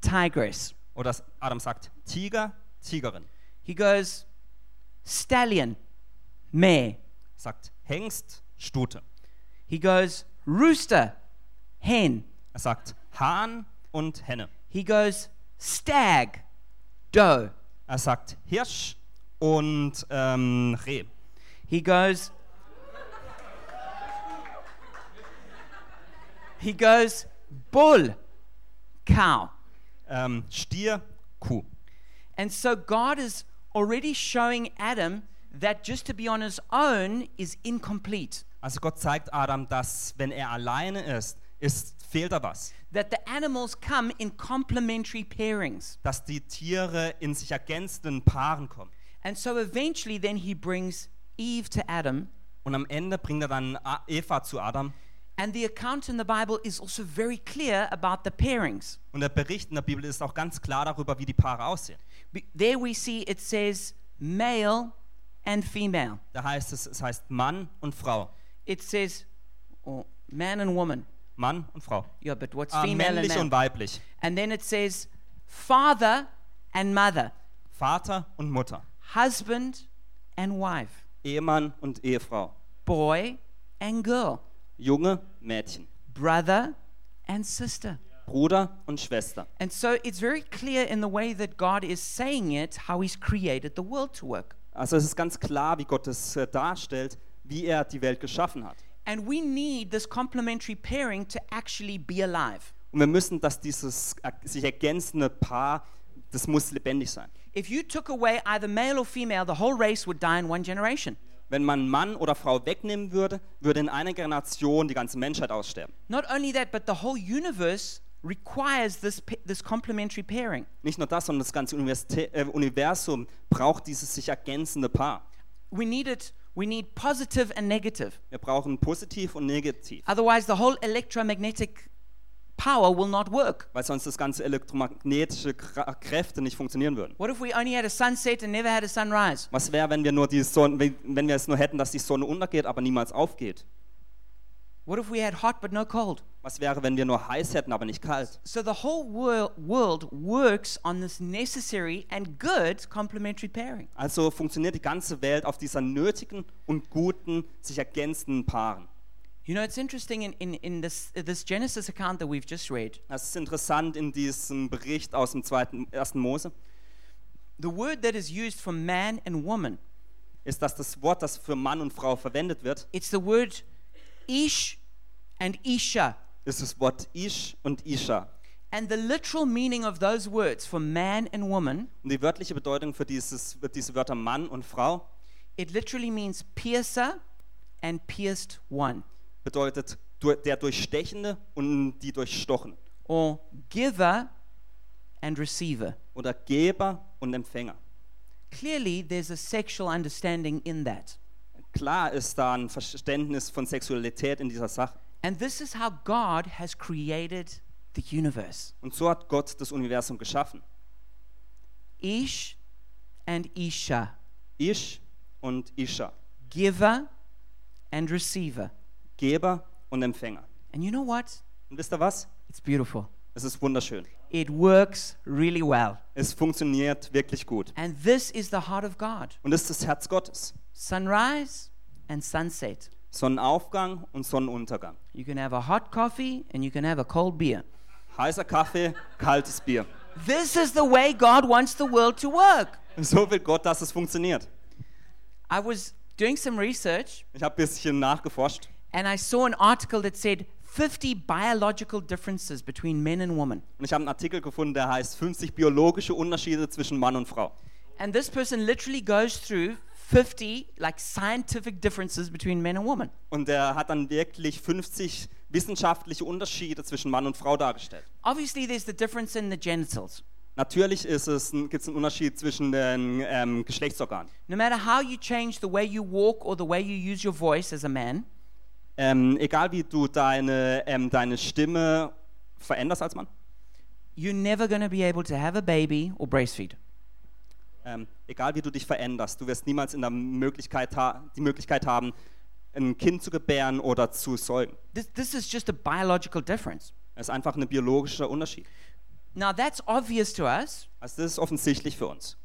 Speaker 1: tigress.
Speaker 2: Oder Adam sagt, Tiger, Tigerin.
Speaker 1: He goes, stallion, mare.
Speaker 2: sagt Hengst, Stute.
Speaker 1: He goes rooster, hen.
Speaker 2: Er sagt Hahn und Henne.
Speaker 1: He goes stag, doe.
Speaker 2: Er sagt Hirsch und ähm, Reh.
Speaker 1: He goes. He goes bull, cow.
Speaker 2: Ähm, Stier, Kuh.
Speaker 1: And so God is already showing Adam that just to be on his own is incomplete.
Speaker 2: Also Gott zeigt Adam, dass wenn er alleine ist, ist fehlt da was.
Speaker 1: That the animals come in complementary pairings.
Speaker 2: Dass die Tiere in sich ergänzenden Paaren kommen.
Speaker 1: And so eventually, then he brings Eve to Adam.
Speaker 2: Und am Ende bringt er dann A- Eva zu Adam.
Speaker 1: And the account in the Bible is also very clear about the pairings.
Speaker 2: Und der Bericht in der Bibel ist auch ganz klar darüber, wie die Paare aussehen.
Speaker 1: Be- There we see it says male and female,
Speaker 2: Da heißt es, es heißt Mann und Frau.
Speaker 1: it says or man and woman.
Speaker 2: Mann und Frau.
Speaker 1: Yeah, but what's
Speaker 2: Ah,
Speaker 1: female and
Speaker 2: männlich
Speaker 1: male?
Speaker 2: und weiblich.
Speaker 1: and then it says father and mother,
Speaker 2: Vater und Mutter.
Speaker 1: husband and wife,
Speaker 2: Ehemann und Ehefrau.
Speaker 1: boy and girl,
Speaker 2: Junge, Mädchen.
Speaker 1: brother and sister.
Speaker 2: Bruder und Schwester.
Speaker 1: And so it's very clear in the way that God is saying it, how He's created the world to work.
Speaker 2: Also es ist ganz klar, wie Gott es äh, darstellt, wie er die Welt geschaffen hat.
Speaker 1: And we need this complementary pairing to actually be alive.
Speaker 2: Und wir müssen, dass dieses er- sich ergänzende Paar, das muss lebendig sein.
Speaker 1: If you took away either male or female, the whole race would die in one generation.
Speaker 2: Wenn man Mann oder Frau wegnehmen würde, würde in einer Generation die ganze Menschheit aussterben.
Speaker 1: Not only that, but the whole universe requires this, pa- this complementary pairing.
Speaker 2: Nicht nur das, sondern das ganze Universitä äh, Universum braucht dieses sich ergänzende Paar.
Speaker 1: We need it, we need positive and negative.
Speaker 2: Wir brauchen positiv und negativ,
Speaker 1: Otherwise, the whole electromagnetic power will not work.
Speaker 2: weil sonst das ganze elektromagnetische Kra Kräfte nicht funktionieren würden.
Speaker 1: What if we only had a sunset and never had a sunrise?
Speaker 2: Was wäre, wenn wir nur die Sonne, wenn, wenn wir es nur hätten, dass die Sonne untergeht, aber niemals aufgeht?
Speaker 1: What if we had hot but no cold?
Speaker 2: Was wäre, wenn wir nur heiß hätten, aber nicht kalt?
Speaker 1: So the whole wor- world works on this necessary and good complementary pairing.
Speaker 2: Also funktioniert die ganze Welt auf dieser nötigen und guten, sich ergänzenden Paaren.
Speaker 1: You know, it's interesting in, in, in this, this Genesis account that we've just read,
Speaker 2: Das ist interessant in diesem Bericht aus dem zweiten, ersten Mose,
Speaker 1: the word that is used for man and woman,
Speaker 2: ist, dass das Wort, das für Mann und Frau verwendet wird,
Speaker 1: it's the word ish and isha.
Speaker 2: ist das Wort Ish und Isha.
Speaker 1: And the literal meaning of those words for man and woman
Speaker 2: Und die wörtliche Bedeutung für dieses, für diese Wörter Mann und Frau
Speaker 1: It literally means piercer and pierced one,
Speaker 2: bedeutet du- der Durchstechende und die Durchstochen
Speaker 1: or giver and receiver.
Speaker 2: oder Geber und Empfänger.
Speaker 1: Clearly, there's a sexual understanding in that.
Speaker 2: Klar ist da ein Verständnis von Sexualität in dieser Sache.
Speaker 1: And this is how God has created the universe
Speaker 2: Und so hat Gott das Universum geschaffen.
Speaker 1: Ish and Isha,
Speaker 2: Ish und Isha.
Speaker 1: giver and receiver.
Speaker 2: Geber und Empfänger.
Speaker 1: And you know what?
Speaker 2: Und wisst ihr was?
Speaker 1: It's beautiful.
Speaker 2: Es ist wunderschön.
Speaker 1: It works really well.
Speaker 2: Es funktioniert wirklich gut.
Speaker 1: And this is the heart of God
Speaker 2: Und das ist das Herz Gottes.
Speaker 1: sunrise and sunset.
Speaker 2: Sonnenaufgang und Sonnenuntergang.
Speaker 1: You can have a hot coffee and you can have a cold beer.
Speaker 2: Heißer Kaffee, kaltes Bier.
Speaker 1: This is the way God wants the world to work.
Speaker 2: So will Gott, dass es funktioniert.
Speaker 1: I was doing some research
Speaker 2: Ich habe ein bisschen nachgeforscht
Speaker 1: and I saw an article that said 50 biological differences between men and women.
Speaker 2: und ich habe einen Artikel gefunden, der heißt 50 biologische Unterschiede zwischen Mann und Frau.
Speaker 1: And this person literally goes through 50 like scientific differences between men and women.
Speaker 2: Und der hat dann wirklich 50 wissenschaftliche Unterschiede zwischen Mann und Frau dargestellt.
Speaker 1: Obviously, there's the difference in the genitals.
Speaker 2: Natürlich gibt es ein, gibt's einen Unterschied zwischen den ähm, Geschlechtsorganen.
Speaker 1: No matter how you change the way you walk or the way you use your voice as a man,
Speaker 2: Ähm, egal wie du deine, ähm, deine Stimme veränderst als Mann,
Speaker 1: you're never going to be able to have a baby or breastfeed.
Speaker 2: ähm, egal wie du dich veränderst, du wirst niemals in der Möglichkeit ha die Möglichkeit haben, ein Kind zu gebären oder zu säugen.
Speaker 1: This, this is just a biological difference.
Speaker 2: Das ist einfach ein biologischer Unterschied.
Speaker 1: Now, that's obvious to us
Speaker 2: Also das ist offensichtlich für uns.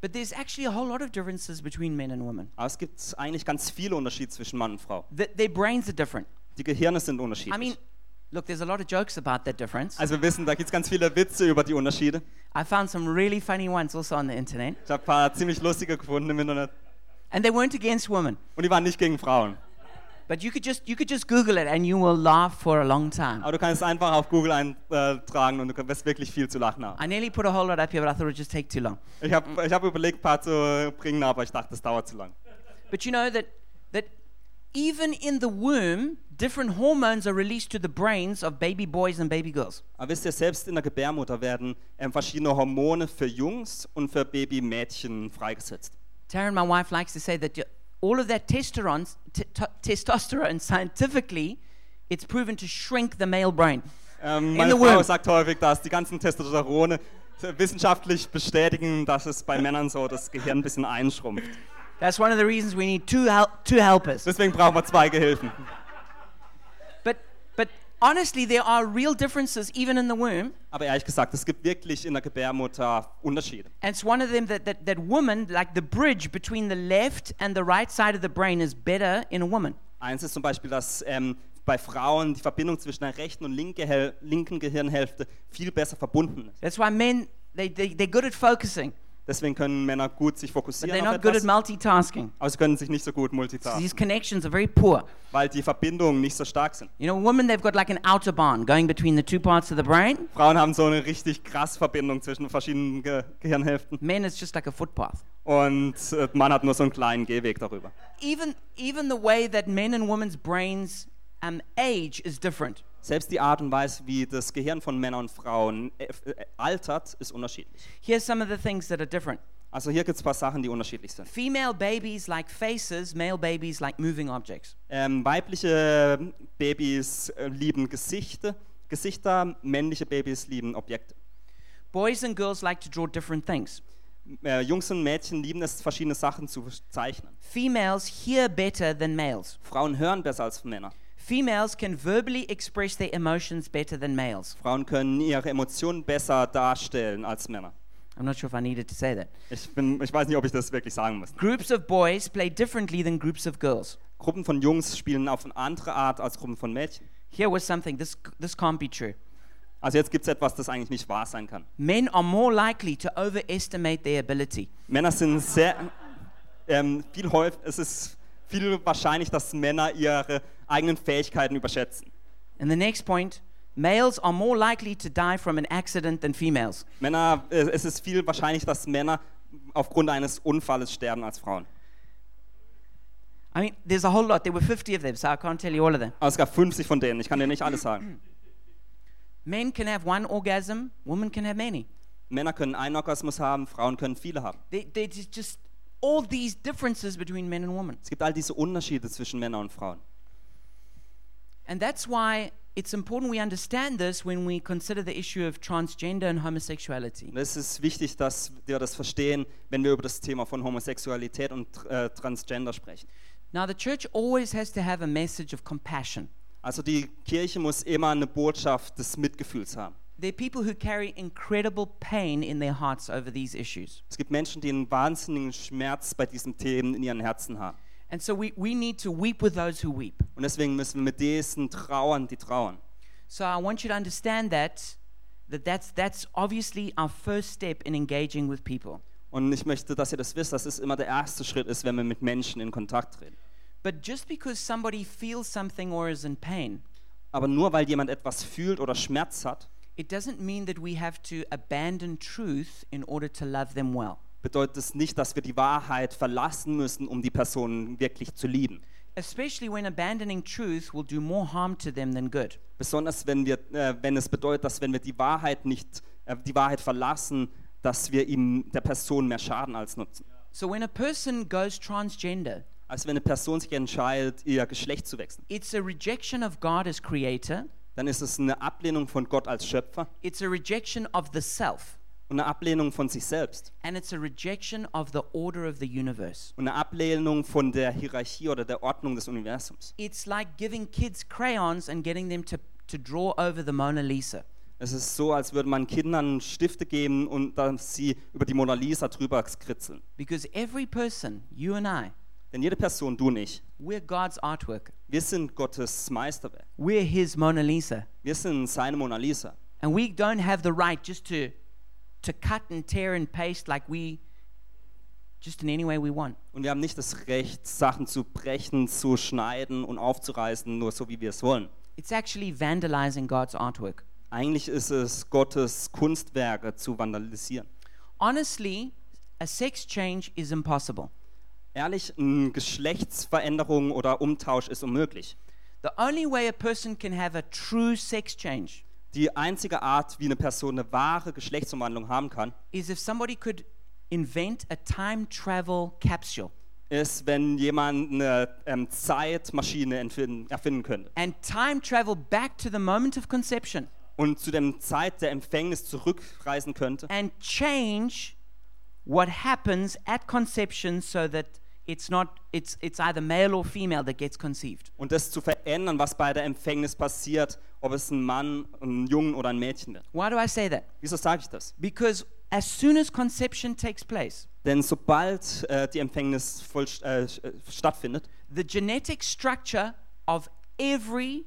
Speaker 1: But there's actually a whole lot of differences between men and women.
Speaker 2: Aber es gibt eigentlich ganz viele Unterschiede zwischen Mann und Frau.
Speaker 1: Th their brains are different.
Speaker 2: Die Gehirne sind unterschiedlich.
Speaker 1: I mean, look, there's a lot of jokes about that difference.
Speaker 2: also wir wissen, da gibt es ganz viele Witze über die Unterschiede.
Speaker 1: I found some really funny ones also on the internet.
Speaker 2: Ich habe ein paar ziemlich lustige gefunden im Internet.
Speaker 1: And they weren't against women.
Speaker 2: Und die waren nicht gegen Frauen.
Speaker 1: But you could just you could just Google it and you will laugh for a long time.
Speaker 2: Aber du kannst es einfach auf Google eintragen und du wirst wirklich viel zu lachen haben.
Speaker 1: I nearly put a whole lot up here, but I thought it would just take too long.
Speaker 2: Ich habe ich hab überlegt, ein paar zu bringen, aber ich dachte, das dauert zu lang.
Speaker 1: But you know that that even in the womb, different hormones are released to the brains of baby boys and baby girls.
Speaker 2: Aber wisst ihr, selbst in der Gebärmutter werden ähm, verschiedene Hormone für Jungs und für Babymädchen freigesetzt.
Speaker 1: Taryn, my wife, likes to say that y- all of that testosterone, t- t- testosterone, scientifically, it's proven to shrink the male brain.
Speaker 2: Ähm,
Speaker 1: In
Speaker 2: meine
Speaker 1: the
Speaker 2: Frau
Speaker 1: womb.
Speaker 2: sagt häufig, dass die ganzen Testosterone wissenschaftlich bestätigen, dass es bei Männern so das Gehirn ein bisschen einschrumpft.
Speaker 1: That's one of the reasons we need two, hel- two helpers.
Speaker 2: Deswegen brauchen wir zwei Gehilfen.
Speaker 1: But, but honestly, there are real differences even in the womb.
Speaker 2: Aber ehrlich gesagt, es gibt wirklich in der Gebärmutter Unterschiede.
Speaker 1: And it's one of them that, that, that women, like the bridge between the left and the right side of the brain, is better in a woman.
Speaker 2: Eins ist zum Beispiel, dass ähm, bei Frauen die Verbindung zwischen der rechten und linke Hel linken Gehirnhälfte viel besser verbunden ist.
Speaker 1: That's why men, they, they, they're good at focusing,
Speaker 2: Deswegen können Männer gut sich
Speaker 1: but
Speaker 2: fokussieren
Speaker 1: they're
Speaker 2: auf
Speaker 1: not good at
Speaker 2: etwas,
Speaker 1: multitasking.
Speaker 2: aber sie können sich nicht so gut
Speaker 1: So
Speaker 2: multitasken,
Speaker 1: these connections are very poor.
Speaker 2: weil die Verbindungen nicht so stark sind.
Speaker 1: You know, women, they've got like an outer bond going between the two parts of the brain.
Speaker 2: Frauen haben so eine richtig krass Verbindung zwischen verschiedenen Ge Gehirnhälften
Speaker 1: Men, it's just like a footpath.
Speaker 2: und äh, Mann hat nur so einen kleinen Gehweg darüber.
Speaker 1: Even, even the way that men and women's brains um, age is different.
Speaker 2: Selbst die Art und Weise, wie das Gehirn von Männern und Frauen äh, äh, altert, ist unterschiedlich.
Speaker 1: Here's some of the things that are different.
Speaker 2: Also hier gibt es ein paar Sachen, die unterschiedlich sind.
Speaker 1: Female babies like faces, male babies like moving objects.
Speaker 2: Ähm, weibliche Babys äh, lieben Gesichte, Gesichter, männliche Babys lieben Objekte.
Speaker 1: Boys and girls like to draw different things.
Speaker 2: M- Äh, Jungs und Mädchen lieben es, verschiedene Sachen zu zeichnen.
Speaker 1: Females hear better than males.
Speaker 2: Frauen hören besser als Männer.
Speaker 1: Females can verbally express their emotions better than males.
Speaker 2: Frauen können ihre Emotionen besser darstellen als Männer.
Speaker 1: I'm not sure if I needed to say that.
Speaker 2: Ich, bin, ich weiß nicht, ob ich das wirklich sagen muss.
Speaker 1: Groups of boys play differently than groups of girls.
Speaker 2: Gruppen von Jungs spielen auf eine andere Art als Gruppen von Mädchen.
Speaker 1: Here was something this this can't be true.
Speaker 2: Also jetzt gibt es etwas, das eigentlich nicht wahr sein kann.
Speaker 1: Men are more likely to overestimate their ability.
Speaker 2: Männer sind sehr ähm, viel häufig, es ist viel wahrscheinlich, dass Männer ihre eigenen Fähigkeiten überschätzen.
Speaker 1: And the next point, males are more likely to die from an accident than females.
Speaker 2: Männer, äh, es ist viel wahrscheinlich, dass Männer aufgrund eines Unfalles sterben als Frauen.
Speaker 1: I mean, there's a whole lot. There were 50 of them, so I can't tell you all of them.
Speaker 2: Aber Also es gab 50 von denen, ich kann dir nicht alles sagen.
Speaker 1: Men can have one orgasm, women can have many.
Speaker 2: Männer können einen Orgasmus haben, Frauen können viele haben.
Speaker 1: There- There's just all these differences between men and women.
Speaker 2: Es gibt all diese Unterschiede zwischen Männern und Frauen.
Speaker 1: And that's why it's important we understand this when we consider the issue of transgender and homosexuality.
Speaker 2: Und es ist wichtig, dass wir das verstehen, wenn wir über das Thema von Homosexualität und äh, Transgender sprechen.
Speaker 1: Now, the church always has to have a message of compassion.
Speaker 2: Also die Kirche muss immer eine Botschaft des Mitgefühls haben.
Speaker 1: There are people who carry incredible pain in their hearts over these issues.
Speaker 2: Es gibt Menschen, die einen wahnsinnigen Schmerz bei diesen Themen in ihren Herzen haben.
Speaker 1: And so we, we need to weep with those who weep.
Speaker 2: Und deswegen müssen wir mit diesen trauern, die trauern.
Speaker 1: So I want you to understand that, that that's, that's obviously our first step in engaging with people.
Speaker 2: Und ich möchte, dass ihr das wisst, dass es immer der erste Schritt ist, wenn wir mit Menschen in Kontakt treten.
Speaker 1: But just because somebody feels something or is in pain,
Speaker 2: Aber nur weil jemand etwas fühlt oder Schmerz hat,
Speaker 1: It doesn't mean that we have to abandon truth in order to love them well.
Speaker 2: bedeutet es nicht, dass wir die Wahrheit verlassen müssen, um die Person wirklich zu lieben.
Speaker 1: Especially when abandoning truth will do more harm to them than good.
Speaker 2: Besonders wenn, wir, äh, wenn es bedeutet, dass wenn wir die Wahrheit nicht, äh, die Wahrheit verlassen, dass wir ihm der Person mehr schaden als nutzen.
Speaker 1: So when a person goes transgender,
Speaker 2: Als wenn eine Person sich entscheidet, ihr Geschlecht zu wechseln.
Speaker 1: it's a rejection of God as creator,
Speaker 2: Dann ist es eine Ablehnung von Gott als Schöpfer
Speaker 1: it's a rejection of the self,
Speaker 2: und eine Ablehnung von sich selbst
Speaker 1: and it's a rejection of the order of the universe.
Speaker 2: und eine Ablehnung von der Hierarchie oder der Ordnung des Universums.
Speaker 1: It's like giving kids crayons and getting them to, to draw over the Mona Lisa.
Speaker 2: Es ist so, als würde man Kindern Stifte geben und dann sie über die Mona Lisa drüber kritzeln.
Speaker 1: Because every person, you and I,
Speaker 2: Denn jede Person, du nicht,
Speaker 1: we're God's artwork.
Speaker 2: wir sind Gottes Meisterwerk.
Speaker 1: We're His Mona Lisa.
Speaker 2: Wir sind seine Mona Lisa.
Speaker 1: And we don't have the right just to, to cut and tear and paste like we, just in any way we want.
Speaker 2: Und wir haben nicht das Recht, Sachen zu brechen, zu schneiden und aufzureißen, nur so wie wir es wollen.
Speaker 1: It's actually vandalizing God's artwork.
Speaker 2: Eigentlich ist es Gottes Kunstwerke zu vandalisieren.
Speaker 1: Honestly, a sex change is impossible.
Speaker 2: Ehrlich, eine Geschlechtsveränderung oder Umtausch ist unmöglich.
Speaker 1: The only way a person can have a true sex change
Speaker 2: Die einzige Art, wie eine Person eine wahre Geschlechtsumwandlung haben kann,
Speaker 1: is if somebody could invent a time travel capsule
Speaker 2: ist, wenn jemand eine ähm, Zeitmaschine entfinden, erfinden könnte
Speaker 1: and time travel back to the moment of conception
Speaker 2: und zu dem Zeit der Empfängnis zurückreisen könnte
Speaker 1: and change what happens at conception so that it's not it's it's either male or female that gets conceived.
Speaker 2: und das zu verändern, was bei der Empfängnis passiert, ob es ein Mann, ein Jungen oder ein Mädchen wird.
Speaker 1: Why do I say that?
Speaker 2: Wieso sage ich das?
Speaker 1: Because as soon as conception takes place,
Speaker 2: Denn sobald äh, die Empfängnis voll, äh, sch- äh, stattfindet,
Speaker 1: the genetic structure of every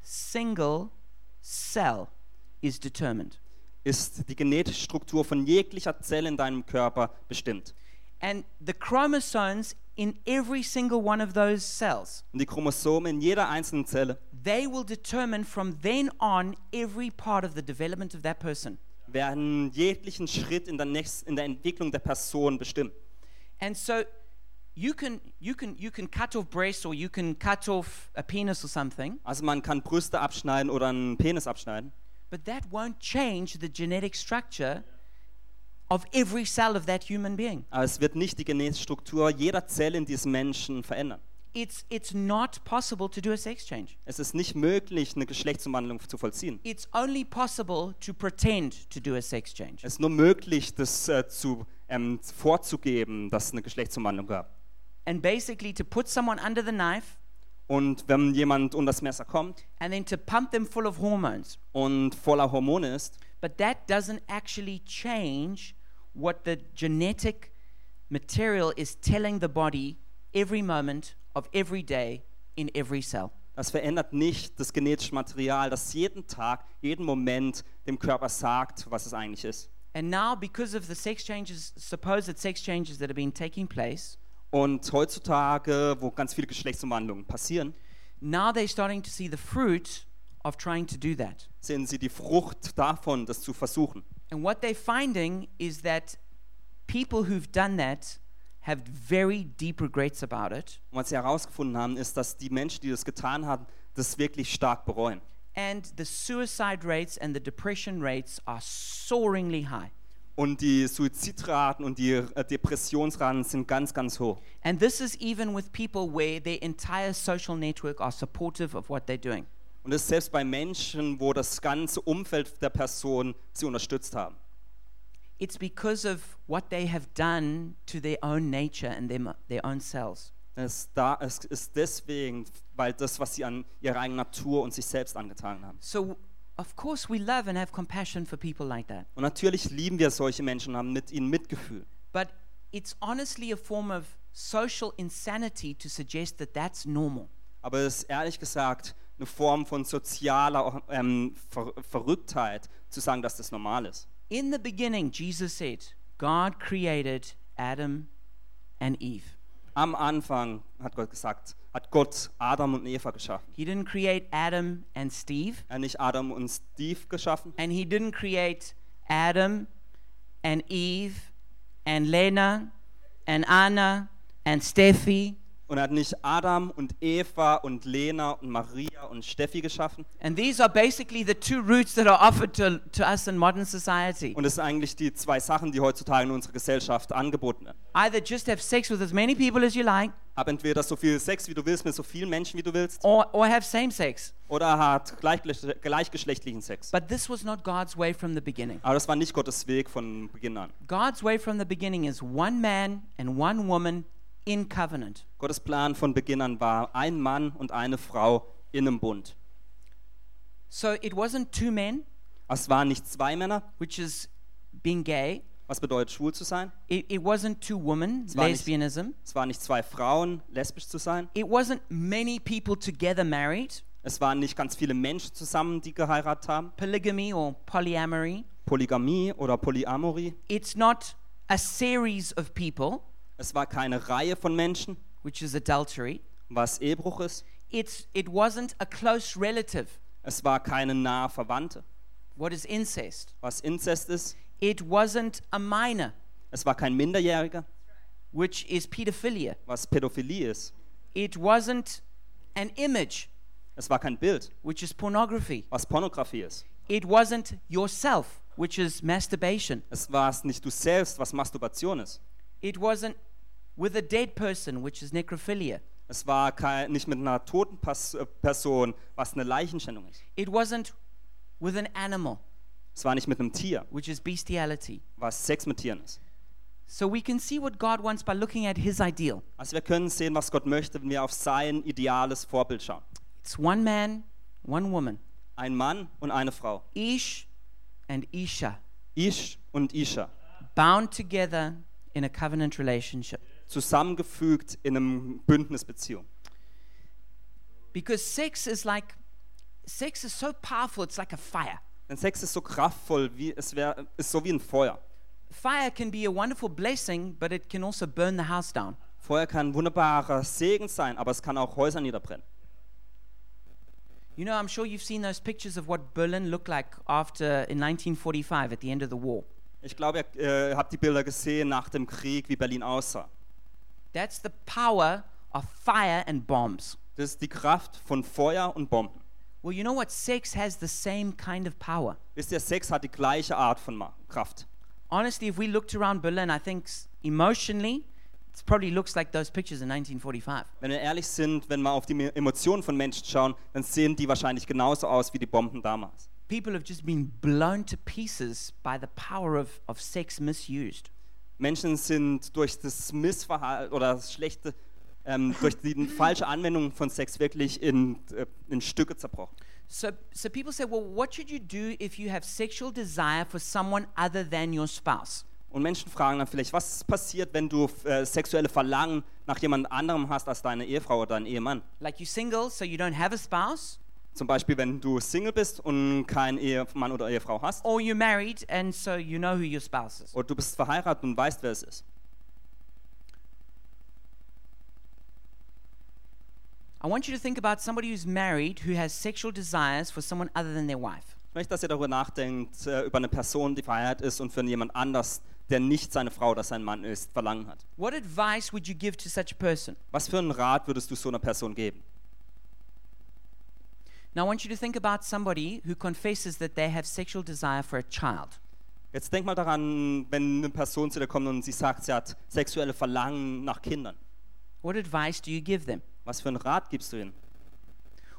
Speaker 1: single cell is determined.
Speaker 2: ist die genetische Struktur von jeglicher Zelle in deinem Körper bestimmt.
Speaker 1: And the chromosomes in every single one of those cells,
Speaker 2: Und die Chromosomen in jeder einzelnen Zelle
Speaker 1: they will determine from then on every part of the development of that person.
Speaker 2: werden jeglichen Schritt in der, nächst, in der Entwicklung der Person bestimmen.
Speaker 1: And so you can you can you can cut off breasts or you can cut off a penis or something,
Speaker 2: Also man kann Brüste abschneiden oder einen Penis abschneiden,
Speaker 1: but that won't change the genetic structure of every cell of that human being.
Speaker 2: aber es wird nicht die genetische Struktur jeder Zelle in diesem Menschen verändern.
Speaker 1: It's it's not possible to do a sex change.
Speaker 2: Es ist nicht möglich, eine Geschlechtsumwandlung zu vollziehen.
Speaker 1: It's only possible to pretend to do a sex change.
Speaker 2: Es ist nur möglich, das äh, zu, ähm, vorzugeben, dass es eine Geschlechtsumwandlung gab.
Speaker 1: And basically to put someone under the knife
Speaker 2: Und wenn jemand unter das Messer kommt
Speaker 1: and then to pump them full of hormones.
Speaker 2: und voller Hormone ist,
Speaker 1: But that doesn't actually change what the genetic material is telling the body every moment of every day in every cell.
Speaker 2: das verändert nicht das genetische Material, das jeden Tag, jeden Moment dem Körper sagt, was es eigentlich ist.
Speaker 1: And now, because of the sex changes, supposed sex changes that have been taking place,
Speaker 2: Und heutzutage, wo ganz viele Geschlechtsumwandlungen passieren,
Speaker 1: now they're starting to see the fruit of trying to do that.
Speaker 2: sehen sie die Frucht davon, das zu versuchen.
Speaker 1: And what they're finding is that people who've done that have very deep regrets about it.
Speaker 2: Und was sie herausgefunden haben, ist, dass die Menschen, die das getan haben, das wirklich stark bereuen.
Speaker 1: And the suicide rates and the depression rates are soaringly high.
Speaker 2: Und die Suizidraten und die äh, Depressionsraten sind ganz, ganz hoch.
Speaker 1: And this is even with people where their entire social network are supportive of what they're doing.
Speaker 2: Und das selbst bei Menschen, wo das ganze Umfeld der Person sie unterstützt haben.
Speaker 1: It's because of what they have done to their own nature and their, their own selves.
Speaker 2: Es, da, es ist deswegen, weil das, was sie an ihrer eigenen Natur und sich selbst angetan haben.
Speaker 1: So, of course, we love and have compassion for people like that.
Speaker 2: Und natürlich lieben wir solche Menschen und haben mit ihnen Mitgefühl.
Speaker 1: But it's honestly a form of social insanity to suggest that that's normal.
Speaker 2: Aber es ist ehrlich gesagt eine Form von sozialer ähm, Ver Verrücktheit, zu sagen, dass das normal ist.
Speaker 1: In the beginning, Jesus said, God created Adam and Eve.
Speaker 2: Am Anfang hat Gott gesagt, hat Gott Adam und Eva geschaffen.
Speaker 1: He didn't create Adam and Steve,
Speaker 2: Er hat nicht Adam und Steve geschaffen
Speaker 1: and he didn't create Adam and Eve and Lena and Anna and Steffi
Speaker 2: und er hat nicht Adam und Eva und Lena und Maria und Steffi geschaffen.
Speaker 1: and these are basically the two routes that are offered to, to us in modern society
Speaker 2: Und das sind eigentlich die zwei Sachen, die heutzutage in unserer Gesellschaft angeboten werden.
Speaker 1: either just have sex with as many people as you like
Speaker 2: Hab entweder so viel Sex, wie du willst, mit so vielen Menschen, wie du willst,
Speaker 1: or, or have same sex
Speaker 2: oder hat gleichgeschle- gleichgeschlechtlichen Sex.
Speaker 1: but this was not god's way from the beginning
Speaker 2: Aber das war nicht Gottes Weg von Beginn an.
Speaker 1: god's way from the beginning is one man and one woman in covenant
Speaker 2: Gottes Plan von Beginn an war ein Mann und eine Frau in einem Bund.
Speaker 1: so it wasn't two men
Speaker 2: Es waren nicht zwei Männer,
Speaker 1: which is being gay.
Speaker 2: was bedeutet schwul zu sein.
Speaker 1: It, it wasn't two women,
Speaker 2: war nicht-
Speaker 1: lesbianism.
Speaker 2: Es waren nicht zwei Frauen, lesbisch zu sein.
Speaker 1: It wasn't many people together married,
Speaker 2: Es waren nicht ganz viele Menschen zusammen, die geheiratet haben.
Speaker 1: polygamy or polyamory.
Speaker 2: Polygamie oder Polyamorie.
Speaker 1: It's not a series of people,
Speaker 2: Es war keine Reihe von Menschen,
Speaker 1: which is adultery.
Speaker 2: was Ehebruch ist.
Speaker 1: It's, it wasn't a close relative,
Speaker 2: Es war keine nahe Verwandte,
Speaker 1: what is incest.
Speaker 2: was Inzest ist.
Speaker 1: It wasn't a minor,
Speaker 2: Es war kein Minderjähriger,
Speaker 1: which is pedophilia.
Speaker 2: was Pädophilie ist.
Speaker 1: It wasn't an image,
Speaker 2: Es war kein Bild,
Speaker 1: which is pornography.
Speaker 2: was Pornografie ist.
Speaker 1: It wasn't yourself, which is masturbation.
Speaker 2: Es war es nicht du selbst, was Masturbation ist.
Speaker 1: It wasn't with a dead person, which is necrophilia.
Speaker 2: Es war kein, nicht mit einer toten Pas äh, Person, was eine Leichenschändung ist.
Speaker 1: It wasn't with an animal,
Speaker 2: Es war nicht mit einem Tier,
Speaker 1: which is bestiality.
Speaker 2: was Sex mit Tieren ist.
Speaker 1: So we can see what God wants by looking at his ideal.
Speaker 2: Also wir können sehen, was Gott möchte, wenn wir auf sein ideales Vorbild schauen.
Speaker 1: It's one man, one woman,
Speaker 2: Ein Mann und eine Frau.
Speaker 1: Ish and Isha,
Speaker 2: Ish und Isha.
Speaker 1: bound together in a covenant relationship.
Speaker 2: Zusammengefügt in einem Bündnisbeziehung.
Speaker 1: Because sex is like, sex is so powerful, it's like a fire.
Speaker 2: Denn Sex ist so kraftvoll, wie es wär, ist so wie ein Feuer.
Speaker 1: Fire can be a wonderful blessing, but it can also burn the house down.
Speaker 2: Feuer kann ein wunderbarer Segen sein, aber es kann auch Häuser niederbrennen.
Speaker 1: You know, I'm sure you've seen those pictures of what Berlin looked like after in 1945 at the end of the war.
Speaker 2: Ich glaube, ihr äh, habt die Bilder gesehen nach dem Krieg, wie Berlin aussah.
Speaker 1: That's the power of fire and bombs.
Speaker 2: Das ist die Kraft von Feuer und Bomben.
Speaker 1: Well, you know what? Sex has the same kind of power.
Speaker 2: Wisst ihr, Sex hat die gleiche Art von Ma Kraft.
Speaker 1: Honestly, if we looked around Berlin, I think s- emotionally, it probably looks like those pictures in 1945.
Speaker 2: Wenn wir ehrlich sind, wenn wir auf die Me- Emotionen von Menschen schauen, dann sehen die wahrscheinlich genauso aus wie die Bomben damals.
Speaker 1: People have just been blown to pieces by the power of, of sex misused.
Speaker 2: Menschen sind durch das Missverhalten oder das schlechte, ähm, durch die falsche Anwendung von Sex wirklich in, äh, in Stücke zerbrochen.
Speaker 1: So, so people say, well, what should you do if you have sexual desire for someone other than your spouse?
Speaker 2: Und Menschen fragen dann vielleicht, was passiert, wenn du äh, sexuelle Verlangen nach jemand anderem hast als deine Ehefrau oder dein Ehemann?
Speaker 1: Like you're single, so you don't have a spouse,
Speaker 2: Zum Beispiel, wenn du Single bist und keinen Ehemann oder Ehefrau hast.
Speaker 1: or you're married, and so you know who your spouse is.
Speaker 2: Oder du bist verheiratet und weißt, wer es ist.
Speaker 1: I want you to think about somebody who's married who has sexual desires for someone other than their wife.
Speaker 2: Ich möchte, dass ihr darüber nachdenkt, äh, über eine Person, die verheiratet ist und für jemand anders, der nicht seine Frau oder sein Mann ist, Verlangen hat.
Speaker 1: What advice would you give to such a person?
Speaker 2: Was für einen Rat würdest du so einer Person geben?
Speaker 1: Now, I want you to think about somebody who confesses that they have sexual desire for a child.
Speaker 2: Jetzt denk mal daran, wenn eine Person zu dir kommt und sie sagt, sie hat sexuelle Verlangen nach Kindern.
Speaker 1: What advice do you give them?
Speaker 2: Was für einen Rat gibst du ihnen?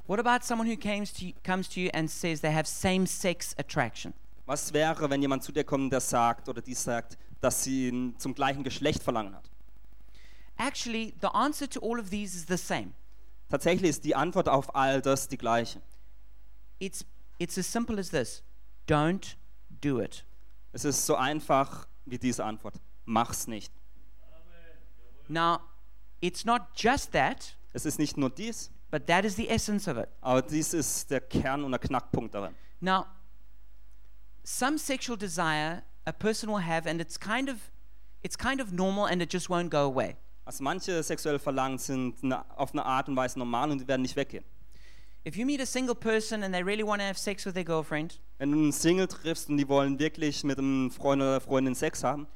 Speaker 1: What about someone who comes to you, comes to you and says they have same sex attraction?
Speaker 2: Was wäre, wenn jemand zu dir kommt, der sagt oder die sagt, dass sie n- zum gleichen Geschlecht verlangen hat?
Speaker 1: Actually, the answer to all of these is the same.
Speaker 2: Tatsächlich ist die Antwort auf all das die gleiche.
Speaker 1: It's, it's as simple as this don't do it.
Speaker 2: Es ist so einfach wie diese Antwort. Mach's nicht.
Speaker 1: Now, it's not just that,
Speaker 2: Es ist nicht nur dies,
Speaker 1: but that is the essence of it.
Speaker 2: aber dies ist der Kern und der Knackpunkt daran.
Speaker 1: Now, some sexual desire a person will have, and it's kind of, it's kind of normal, and it just won't go away.
Speaker 2: Also manche sexuelle Verlangen sind na- auf eine Art und Weise normal und die werden nicht weggehen.
Speaker 1: If you meet a single person and they really want to have sex with their girlfriend,
Speaker 2: Wenn du einen Single triffst und die wollen wirklich mit einem Freund oder Freundin Sex haben,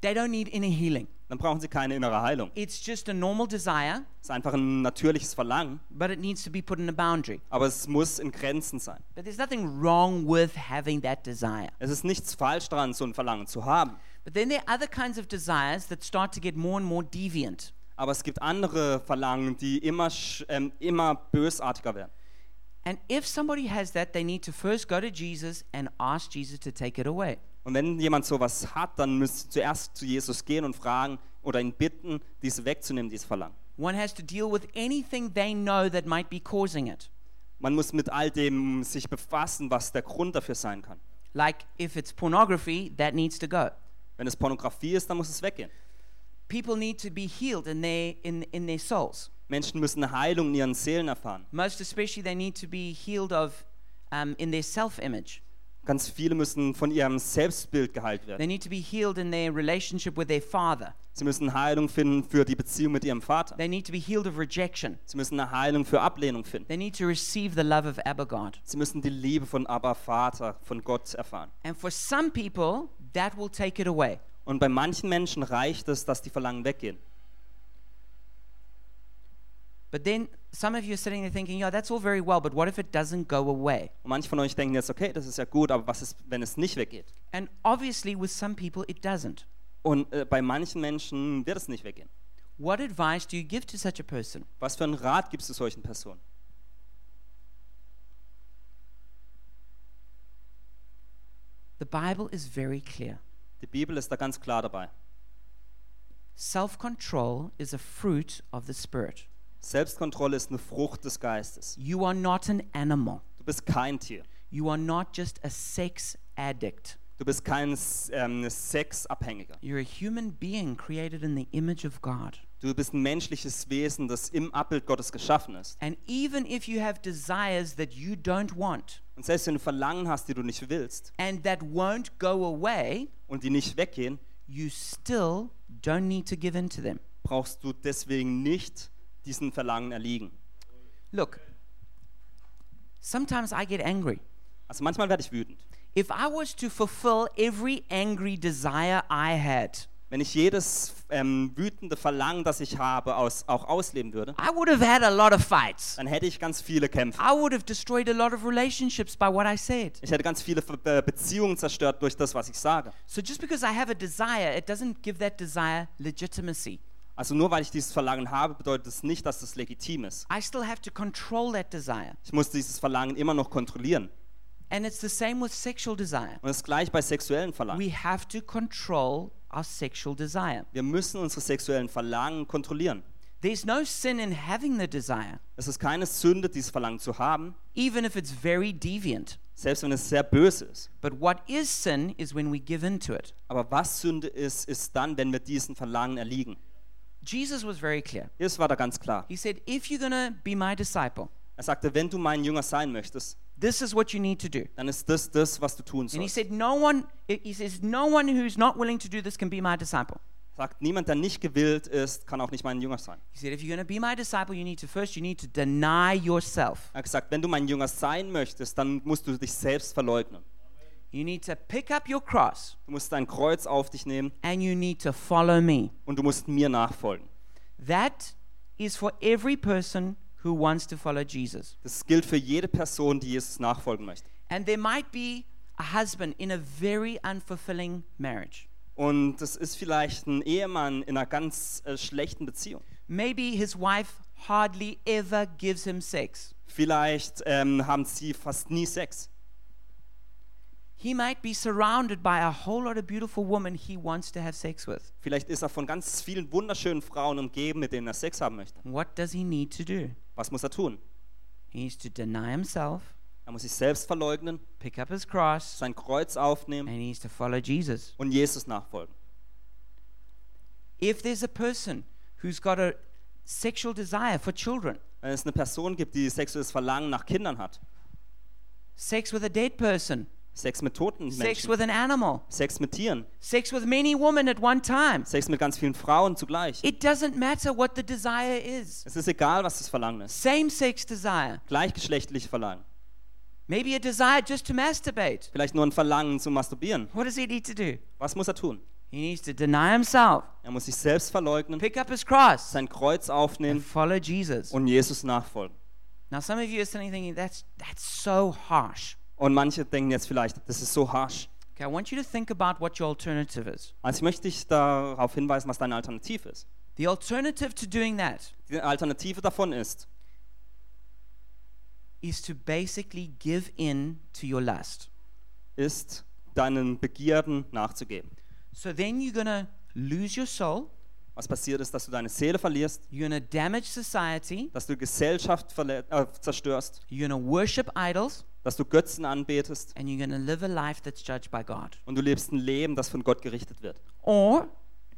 Speaker 1: they don't need inner healing.
Speaker 2: dann brauchen sie keine innere Heilung.
Speaker 1: It's just a normal desire,
Speaker 2: Es ist einfach ein natürliches Verlangen,
Speaker 1: but it needs to be put in a boundary.
Speaker 2: aber es muss in Grenzen sein.
Speaker 1: But there's nothing wrong with having that desire.
Speaker 2: Es ist nichts falsch daran, so ein Verlangen zu haben.
Speaker 1: But then there are other kinds of desires that start to get more and more deviant.
Speaker 2: Aber es gibt andere Verlangen, die immer, sch- ähm, immer bösartiger werden.
Speaker 1: And if somebody has that, they need to first go to Jesus and ask Jesus to take it away.
Speaker 2: Und wenn jemand sowas hat, dann müsst ihr zuerst zu Jesus gehen und fragen oder ihn bitten, dies wegzunehmen, dieses Verlangen.
Speaker 1: One has to deal with anything they know that might be causing it.
Speaker 2: Man muss mit all dem sich befassen, was der Grund dafür sein kann.
Speaker 1: Like if it's pornography, that needs to go.
Speaker 2: Wenn es Pornografie ist, dann muss es weggehen.
Speaker 1: People need to be healed in their, in, in their souls.
Speaker 2: Menschen müssen eine Heilung in ihren Seelen erfahren.
Speaker 1: Most especially, they need to be healed of um, in their self image.
Speaker 2: Ganz viele müssen von ihrem Selbstbild geheilt werden.
Speaker 1: They need to be healed in their relationship with their father.
Speaker 2: Sie müssen Heilung finden für die Beziehung mit ihrem Vater.
Speaker 1: They need to be healed of rejection.
Speaker 2: Sie müssen eine Heilung für Ablehnung finden.
Speaker 1: They need to receive the love of Abba God.
Speaker 2: Sie müssen die Liebe von Abba Vater, von Gott erfahren.
Speaker 1: And for some people, that will take it away.
Speaker 2: Und bei manchen Menschen reicht es, dass die Verlangen weggehen.
Speaker 1: But then some of you are sitting there thinking, yeah, that's all very well, but what if it doesn't go away?
Speaker 2: Und manche von euch denken jetzt, okay, das ist ja gut, aber was ist, wenn es nicht weggeht?
Speaker 1: And obviously, with some people, it doesn't.
Speaker 2: Und äh, bei manchen Menschen wird es nicht weggehen.
Speaker 1: What advice do you give to such a person?
Speaker 2: Was für einen Rat gibst du solchen Personen?
Speaker 1: The Bible is very clear.
Speaker 2: Die Bibel ist da ganz klar dabei.
Speaker 1: Self control is a fruit of the Spirit.
Speaker 2: Selbstkontrolle ist eine Frucht des Geistes.
Speaker 1: You are not an animal,
Speaker 2: Du bist kein Tier.
Speaker 1: you are not just a sex addict.
Speaker 2: Du bist kein S- ähm, Sexabhängiger.
Speaker 1: You're a human being created in the image of God.
Speaker 2: Du bist ein menschliches Wesen, das im Abbild Gottes geschaffen ist.
Speaker 1: And even if you have desires that you don't want
Speaker 2: Und selbst wenn du Verlangen hast, die du nicht willst
Speaker 1: and that won't go away,
Speaker 2: und die nicht weggehen,
Speaker 1: you still don't need to give in to them.
Speaker 2: brauchst du deswegen nicht diesen Verlangen erliegen.
Speaker 1: Look, sometimes I get angry.
Speaker 2: Also manchmal werde ich wütend.
Speaker 1: If I was to fulfill every angry desire I had,
Speaker 2: Wenn ich jedes ähm, wütende Verlangen, das ich habe, aus, auch ausleben würde,
Speaker 1: I would have had a lot of fights.
Speaker 2: dann hätte ich ganz viele Kämpfe.
Speaker 1: I would have destroyed a lot of relationships by what I said.
Speaker 2: Ich hätte ganz viele Ver- äh, Beziehungen zerstört durch das, was ich sage.
Speaker 1: So just because I have a desire, it doesn't give that desire legitimacy.
Speaker 2: Also nur weil ich dieses Verlangen habe, bedeutet es nicht, dass es legitim ist.
Speaker 1: I still have to control that desire.
Speaker 2: Ich muss dieses Verlangen immer noch kontrollieren.
Speaker 1: And it's the same with sexual desire.
Speaker 2: Und das ist gleich bei sexuellen Verlangen.
Speaker 1: We have to control our sexual desire.
Speaker 2: Wir müssen unsere sexuellen Verlangen kontrollieren.
Speaker 1: There's no sin in having the desire,
Speaker 2: Es ist keine Sünde, dieses Verlangen zu haben,
Speaker 1: even if it's very deviant.
Speaker 2: selbst wenn es sehr böse ist.
Speaker 1: But what is sin is when we give in to it.
Speaker 2: Aber was Sünde ist, ist dann, wenn wir diesen Verlangen erliegen.
Speaker 1: Jesus was very clear.
Speaker 2: Jesus war da ganz klar.
Speaker 1: He said, If you're going to be my disciple,
Speaker 2: Er sagte, wenn du mein Jünger sein möchtest,
Speaker 1: this is what you need to do.
Speaker 2: dann ist das das, was du tun
Speaker 1: And he
Speaker 2: sollst.
Speaker 1: said, No one, he says, no one who's not willing to do this can be my disciple.
Speaker 2: Sagt, niemand, der nicht gewillt ist, kann auch nicht mein Jünger sein.
Speaker 1: He said, If you're going to be my disciple, you need to first, you need to deny yourself.
Speaker 2: Er hat gesagt, wenn du mein Jünger sein möchtest, dann musst du dich selbst verleugnen.
Speaker 1: You need to pick up your cross
Speaker 2: Du musst dein Kreuz auf dich nehmen
Speaker 1: and you need to follow me.
Speaker 2: und du musst mir nachfolgen.
Speaker 1: That is for every person who wants to follow Jesus.
Speaker 2: Das gilt für jede Person, die Jesus nachfolgen möchte.
Speaker 1: And there might be a husband in a very unfulfilling marriage.
Speaker 2: Und es ist vielleicht ein Ehemann in einer ganz äh, schlechten Beziehung.
Speaker 1: Maybe his wife hardly ever gives him sex.
Speaker 2: Vielleicht ähm, haben sie fast nie Sex.
Speaker 1: He might be surrounded by a whole lot of beautiful women he wants to have sex with.
Speaker 2: Vielleicht ist er von ganz vielen wunderschönen Frauen umgeben, mit denen er Sex haben möchte.
Speaker 1: What does he need to do?
Speaker 2: Was muss er tun?
Speaker 1: He needs to deny himself,
Speaker 2: Er muss sich selbst verleugnen,
Speaker 1: pick up his cross,
Speaker 2: sein Kreuz aufnehmen
Speaker 1: and he needs to follow Jesus.
Speaker 2: und Jesus nachfolgen.
Speaker 1: If there's a person who's got a sexual desire for children,
Speaker 2: Wenn es eine Person gibt, die sexuelles Verlangen nach Kindern hat,
Speaker 1: sex with a dead person,
Speaker 2: Sex mit toten
Speaker 1: sex
Speaker 2: Menschen,
Speaker 1: with an animal,
Speaker 2: Sex mit Tieren,
Speaker 1: sex with many women at one time.
Speaker 2: Sex mit ganz vielen Frauen zugleich.
Speaker 1: It doesn't matter what the desire is.
Speaker 2: Es ist egal, was das Verlangen ist.
Speaker 1: Same sex desire,
Speaker 2: Gleichgeschlechtliche Verlangen.
Speaker 1: maybe a desire just to masturbate.
Speaker 2: Vielleicht nur ein Verlangen zu masturbieren.
Speaker 1: What does he need to do?
Speaker 2: Was muss er tun?
Speaker 1: He needs to deny himself,
Speaker 2: Er muss sich selbst verleugnen,
Speaker 1: pick up his cross,
Speaker 2: sein Kreuz
Speaker 1: and
Speaker 2: aufnehmen
Speaker 1: follow Jesus.
Speaker 2: und Jesus nachfolgen.
Speaker 1: Now, some of you are sitting thinking, that's, that's so harsh.
Speaker 2: Und manche denken jetzt vielleicht, das ist so harsch.
Speaker 1: Okay, I want you to think about what your alternative is.
Speaker 2: Also ich möchte dich darauf hinweisen, was deine Alternative ist.
Speaker 1: The alternative to doing that
Speaker 2: Die Alternative davon ist,
Speaker 1: is to basically give in to your lust.
Speaker 2: ist deinen Begierden nachzugeben.
Speaker 1: So then you're going to lose your soul,
Speaker 2: Was passiert ist, dass du deine Seele verlierst,
Speaker 1: You're going to damage society.
Speaker 2: dass du Gesellschaft verle- äh, zerstörst,
Speaker 1: You're going to worship idols.
Speaker 2: dass du Götzen anbetest
Speaker 1: And you're going to live a life that's judged by God.
Speaker 2: und du lebst ein Leben, das von Gott gerichtet wird.
Speaker 1: Or,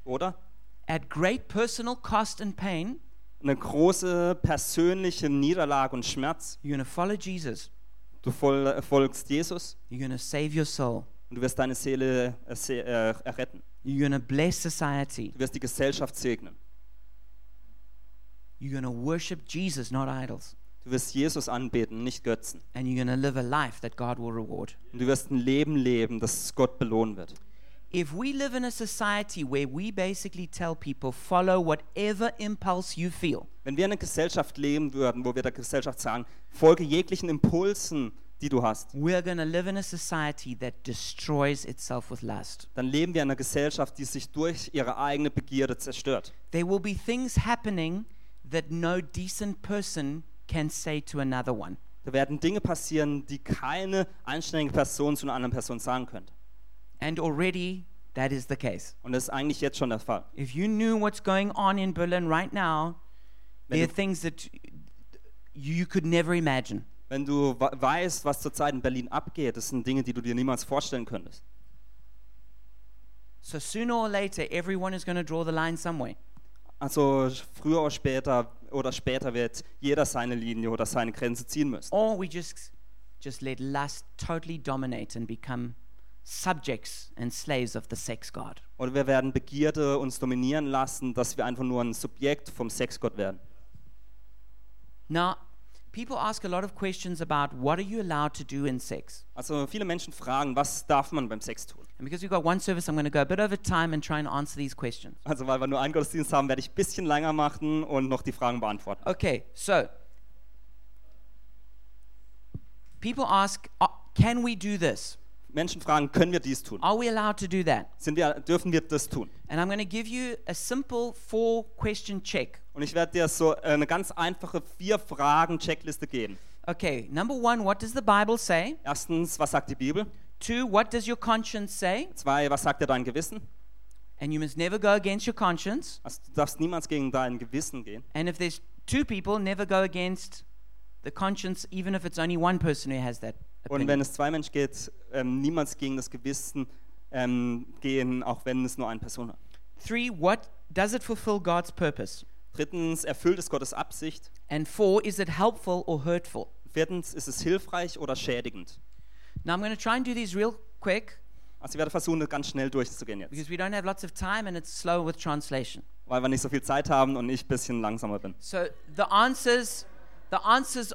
Speaker 2: Oder?
Speaker 1: at great personal cost and pain,
Speaker 2: Eine große persönliche Niederlage und Schmerz.
Speaker 1: you're going to follow Jesus.
Speaker 2: Du fol folgst Jesus
Speaker 1: You're going to save your soul.
Speaker 2: und du wirst deine Seele äh, se äh, erretten.
Speaker 1: You're going to bless society.
Speaker 2: Du wirst die Gesellschaft segnen.
Speaker 1: You're going to worship Jesus, not idols.
Speaker 2: Du wirst Jesus anbeten, nicht Götzen.
Speaker 1: And you're going to live a life that God will reward.
Speaker 2: Und du wirst ein Leben leben, das Gott belohnen wird.
Speaker 1: If we live in a society where we basically tell people, follow whatever impulse you feel,
Speaker 2: Wenn wir in einer Gesellschaft leben würden, wo wir der Gesellschaft sagen, folge jeglichen Impulsen, die du hast,
Speaker 1: we're going to live in a society that destroys itself with lust.
Speaker 2: dann leben wir in einer Gesellschaft, die sich durch ihre eigene Begierde zerstört.
Speaker 1: There will be things happening that no decent person can say to another one.
Speaker 2: Da werden Dinge passieren, die keine anständige Person zu einer anderen Person sagen könnte.
Speaker 1: And already that is the case.
Speaker 2: Und das ist eigentlich jetzt schon der Fall.
Speaker 1: If you knew what's going on in Berlin right now,
Speaker 2: Wenn
Speaker 1: there are
Speaker 2: du-
Speaker 1: things that you could never imagine.
Speaker 2: Wenn du wa- weißt, was zurzeit in Berlin abgeht, das sind Dinge, die du dir niemals vorstellen könntest.
Speaker 1: So sooner or later, everyone is going to draw the line somewhere.
Speaker 2: Also früher oder später oder später wird jeder seine Linie oder seine Grenze ziehen müssen.
Speaker 1: Or we just just let lust totally dominate and become subjects and slaves of the sex god.
Speaker 2: Oder wir werden Begierde uns dominieren lassen, dass wir einfach nur ein Subjekt vom Sexgott werden.
Speaker 1: Now, people ask a lot of questions about what are you allowed to do in sex?
Speaker 2: Also viele Menschen fragen, was darf man beim Sex tun?
Speaker 1: And because we've got one service, I'm going to go a bit over time and try and answer these questions.
Speaker 2: Also weil wir nur einen Gottesdienst haben, werde ich ein bisschen länger machen und noch die Fragen beantworten.
Speaker 1: Okay, so people ask, "Uh, can we do this?
Speaker 2: Menschen fragen, können wir dies tun?
Speaker 1: Are we allowed to do that?
Speaker 2: Sind wir, dürfen wir das tun?
Speaker 1: And I'm going to give you a simple four question check.
Speaker 2: Und ich werde dir so eine ganz einfache vier Fragen Checkliste geben.
Speaker 1: Okay, number one, what does the Bible say?
Speaker 2: Erstens, was sagt die Bibel?
Speaker 1: Two, what does your conscience say?
Speaker 2: Zwei, was sagt dir dein Gewissen?
Speaker 1: And you must never go against your conscience.
Speaker 2: Also, du darfst niemals gegen dein Gewissen gehen.
Speaker 1: And if there's two people, never go against the conscience, even if it's only one person who has that
Speaker 2: Und wenn
Speaker 1: opinion.
Speaker 2: es zwei Menschen geht, ähm, niemals gegen das Gewissen ähm, gehen, auch wenn es nur eine Person hat.
Speaker 1: Three, what does it fulfill God's purpose?
Speaker 2: Drittens, erfüllt es Gottes Absicht?
Speaker 1: And four, is it helpful or hurtful?
Speaker 2: Viertens, ist es hilfreich oder schädigend?
Speaker 1: Now I'm going to try and do these real quick
Speaker 2: Also ich werde versuchen, das ganz schnell durchzugehen jetzt,
Speaker 1: because we don't have lots of time and it's slow with translation.
Speaker 2: weil wir nicht so viel Zeit haben und ich ein bisschen langsamer bin.
Speaker 1: So the answers, the answers,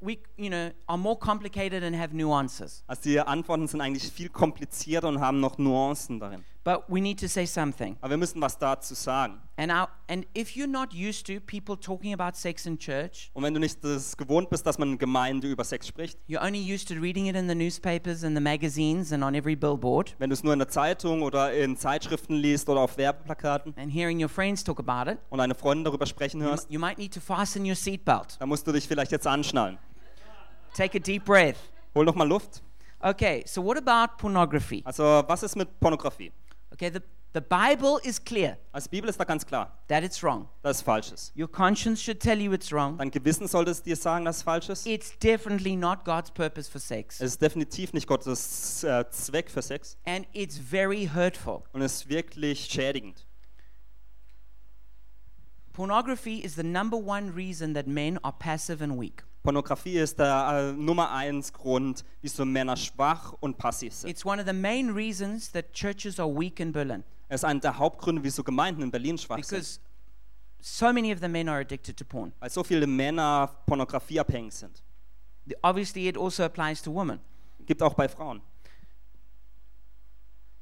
Speaker 1: we you know are more complicated and have nuances,
Speaker 2: Also die Antworten sind eigentlich viel komplizierter und haben noch Nuancen darin.
Speaker 1: but we need to say something.
Speaker 2: Aber wir müssen was dazu sagen.
Speaker 1: And I, and if you're not used to people talking about sex in church,
Speaker 2: Und wenn du nicht das gewohnt bist, dass man in Gemeinde über Sex spricht,
Speaker 1: you're only used to reading it in the newspapers and the magazines and on every billboard
Speaker 2: wenn du es nur in der Zeitung oder in Zeitschriften liest oder auf Werbeplakaten
Speaker 1: and hearing your friends talk about it,
Speaker 2: und deine Freunde darüber sprechen
Speaker 1: you,
Speaker 2: hörst,
Speaker 1: you might need to fasten your seatbelt.
Speaker 2: dann musst du dich vielleicht jetzt anschnallen.
Speaker 1: Take a deep breath.
Speaker 2: Hol noch mal Luft.
Speaker 1: Okay, so what about pornography?
Speaker 2: Also was ist mit Pornografie?
Speaker 1: Okay, the, the Bible is clear
Speaker 2: Also die Bibel ist da ganz klar,
Speaker 1: that it's wrong.
Speaker 2: dass es falsch ist.
Speaker 1: Your conscience should tell you it's wrong.
Speaker 2: Dein Gewissen sollte es dir sagen, dass es falsch ist.
Speaker 1: It's definitely not God's purpose for sex.
Speaker 2: Es ist definitiv nicht Gottes äh, Zweck für Sex
Speaker 1: And it's very hurtful.
Speaker 2: und es ist wirklich schädigend.
Speaker 1: Pornography is the number one reason that men are passive and weak.
Speaker 2: Pornografie ist der äh, Nummer eins Grund, wieso Männer schwach und passiv sind.
Speaker 1: It's one of the main reasons that churches are weak in Berlin
Speaker 2: Es ist einer der Hauptgründe, wieso Gemeinden in Berlin schwach sind,
Speaker 1: because so many of the men are addicted to porn.
Speaker 2: weil so viele Männer pornografieabhängig sind.
Speaker 1: The- Obviously, it also applies to women.
Speaker 2: Gibt auch bei Frauen.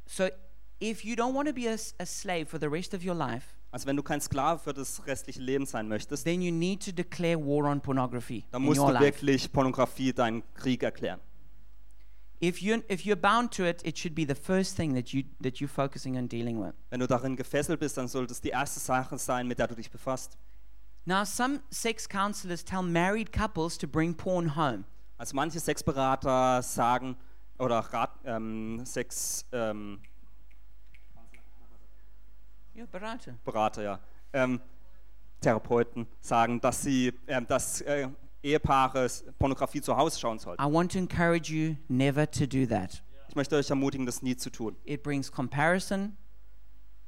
Speaker 1: So, if you don't want to be a, s- a slave for the rest of your life,
Speaker 2: Also wenn du kein Sklave für das restliche Leben sein möchtest,
Speaker 1: then you need to declare war on pornography
Speaker 2: dann
Speaker 1: in
Speaker 2: musst
Speaker 1: your
Speaker 2: du
Speaker 1: life.
Speaker 2: wirklich Pornografie deinen Krieg erklären.
Speaker 1: If you if you're bound to it, it should be the first thing that you that you're focusing on dealing with.
Speaker 2: Wenn du darin gefesselt bist, dann sollte es die erste Sache sein, mit der du dich befasst.
Speaker 1: Now, some sex counselors tell married couples to bring porn home.
Speaker 2: Also manche Sexberater sagen oder rat, ähm, Sex ähm,
Speaker 1: Ja, Berater.
Speaker 2: Berater, ja, ähm, Therapeuten sagen, dass sie, ähm, dass äh, Ehepaare s- Pornografie zu Hause schauen sollten.
Speaker 1: I want to encourage you never to do that.
Speaker 2: Ich möchte euch ermutigen, das nie zu tun.
Speaker 1: It brings comparison,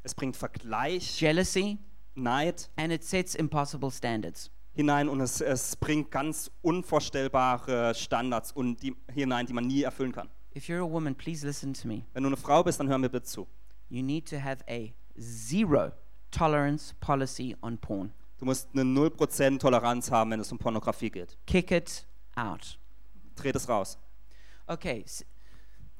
Speaker 2: Es bringt Vergleich,
Speaker 1: jealousy,
Speaker 2: Neid
Speaker 1: and it sets impossible standards.
Speaker 2: hinein und es, es bringt ganz unvorstellbare Standards und die, hinein, die man nie erfüllen kann.
Speaker 1: If you're a woman, please listen to me.
Speaker 2: Wenn du eine Frau bist, dann hör mir bitte zu.
Speaker 1: You need to have a zero tolerance policy on porn.
Speaker 2: Du musst eine 0% Toleranz haben, wenn es um Pornografie geht.
Speaker 1: Kick it out.
Speaker 2: Dreh das raus.
Speaker 1: Okay. s-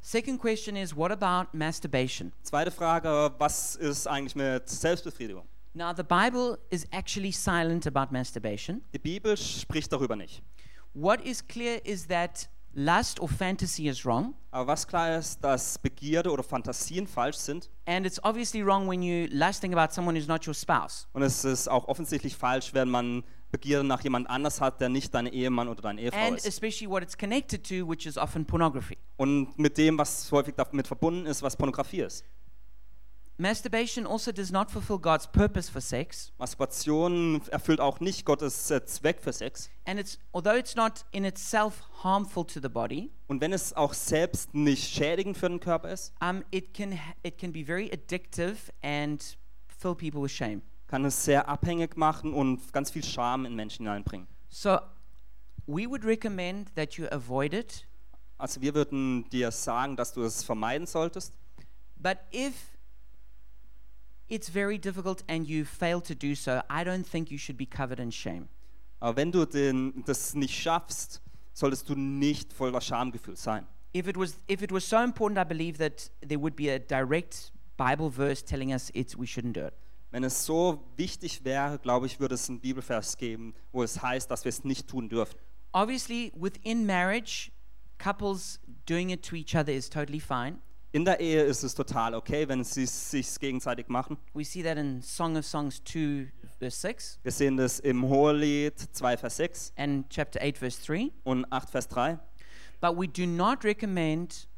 Speaker 1: second question is what about masturbation?
Speaker 2: Zweite Frage, was ist eigentlich mit Selbstbefriedigung?
Speaker 1: Now, the Bible is actually silent about masturbation.
Speaker 2: Die Bibel spricht darüber nicht.
Speaker 1: What is clear is that lust or fantasy is wrong,
Speaker 2: Aber was klar ist, dass Begierde oder Fantasien falsch sind
Speaker 1: and it's obviously wrong when you're lusting about someone who's not your spouse.
Speaker 2: und es ist auch offensichtlich falsch, wenn man Begierde nach jemand anders hat, der nicht dein Ehemann oder deine Ehefrau
Speaker 1: And
Speaker 2: ist.
Speaker 1: especially what it's connected to, which is often pornography.
Speaker 2: Und mit dem, was häufig damit verbunden ist, was Pornografie ist.
Speaker 1: Masturbation also does not fulfill God's purpose for sex,
Speaker 2: Masturbation erfüllt auch nicht Gottes äh, Zweck für Sex.
Speaker 1: and it's although it's not in itself harmful to the body,
Speaker 2: Und wenn es auch selbst nicht schädigend für den Körper ist,
Speaker 1: um, it can ha- it can be very addictive and fill people with shame.
Speaker 2: kann es sehr abhängig machen und ganz viel Scham in Menschen hineinbringen.
Speaker 1: So, we would recommend that you avoid it
Speaker 2: Also wir würden dir sagen, dass du es vermeiden solltest.
Speaker 1: But if it's very difficult and you fail to do so, I don't think you should be covered in shame.
Speaker 2: Aber wenn du den, das nicht schaffst, solltest du nicht voller Schamgefühl sein.
Speaker 1: If it was if it was so important, I believe that there would be a direct Bible verse telling us it's we shouldn't do it.
Speaker 2: Wenn es so wichtig wäre, glaube ich, würde es einen Bibelvers geben, wo es heißt, dass wir es nicht tun dürfen.
Speaker 1: Obviously, within marriage, couples doing it to each other is totally fine.
Speaker 2: In der Ehe ist es total okay, wenn sie es sich gegenseitig machen.
Speaker 1: We see that in Song of Songs 2 verse 6
Speaker 2: Wir sehen das im Hohelied 2, Vers 6
Speaker 1: and chapter 8 verse 3,
Speaker 2: und 8, Vers 3.
Speaker 1: but we do not recommend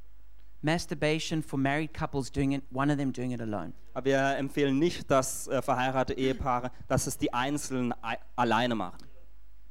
Speaker 1: masturbation for married couples doing it one of them doing it alone.
Speaker 2: Aber wir empfehlen nicht, dass äh, verheiratete Ehepaare, dass es die Einzelnen ei- alleine machen.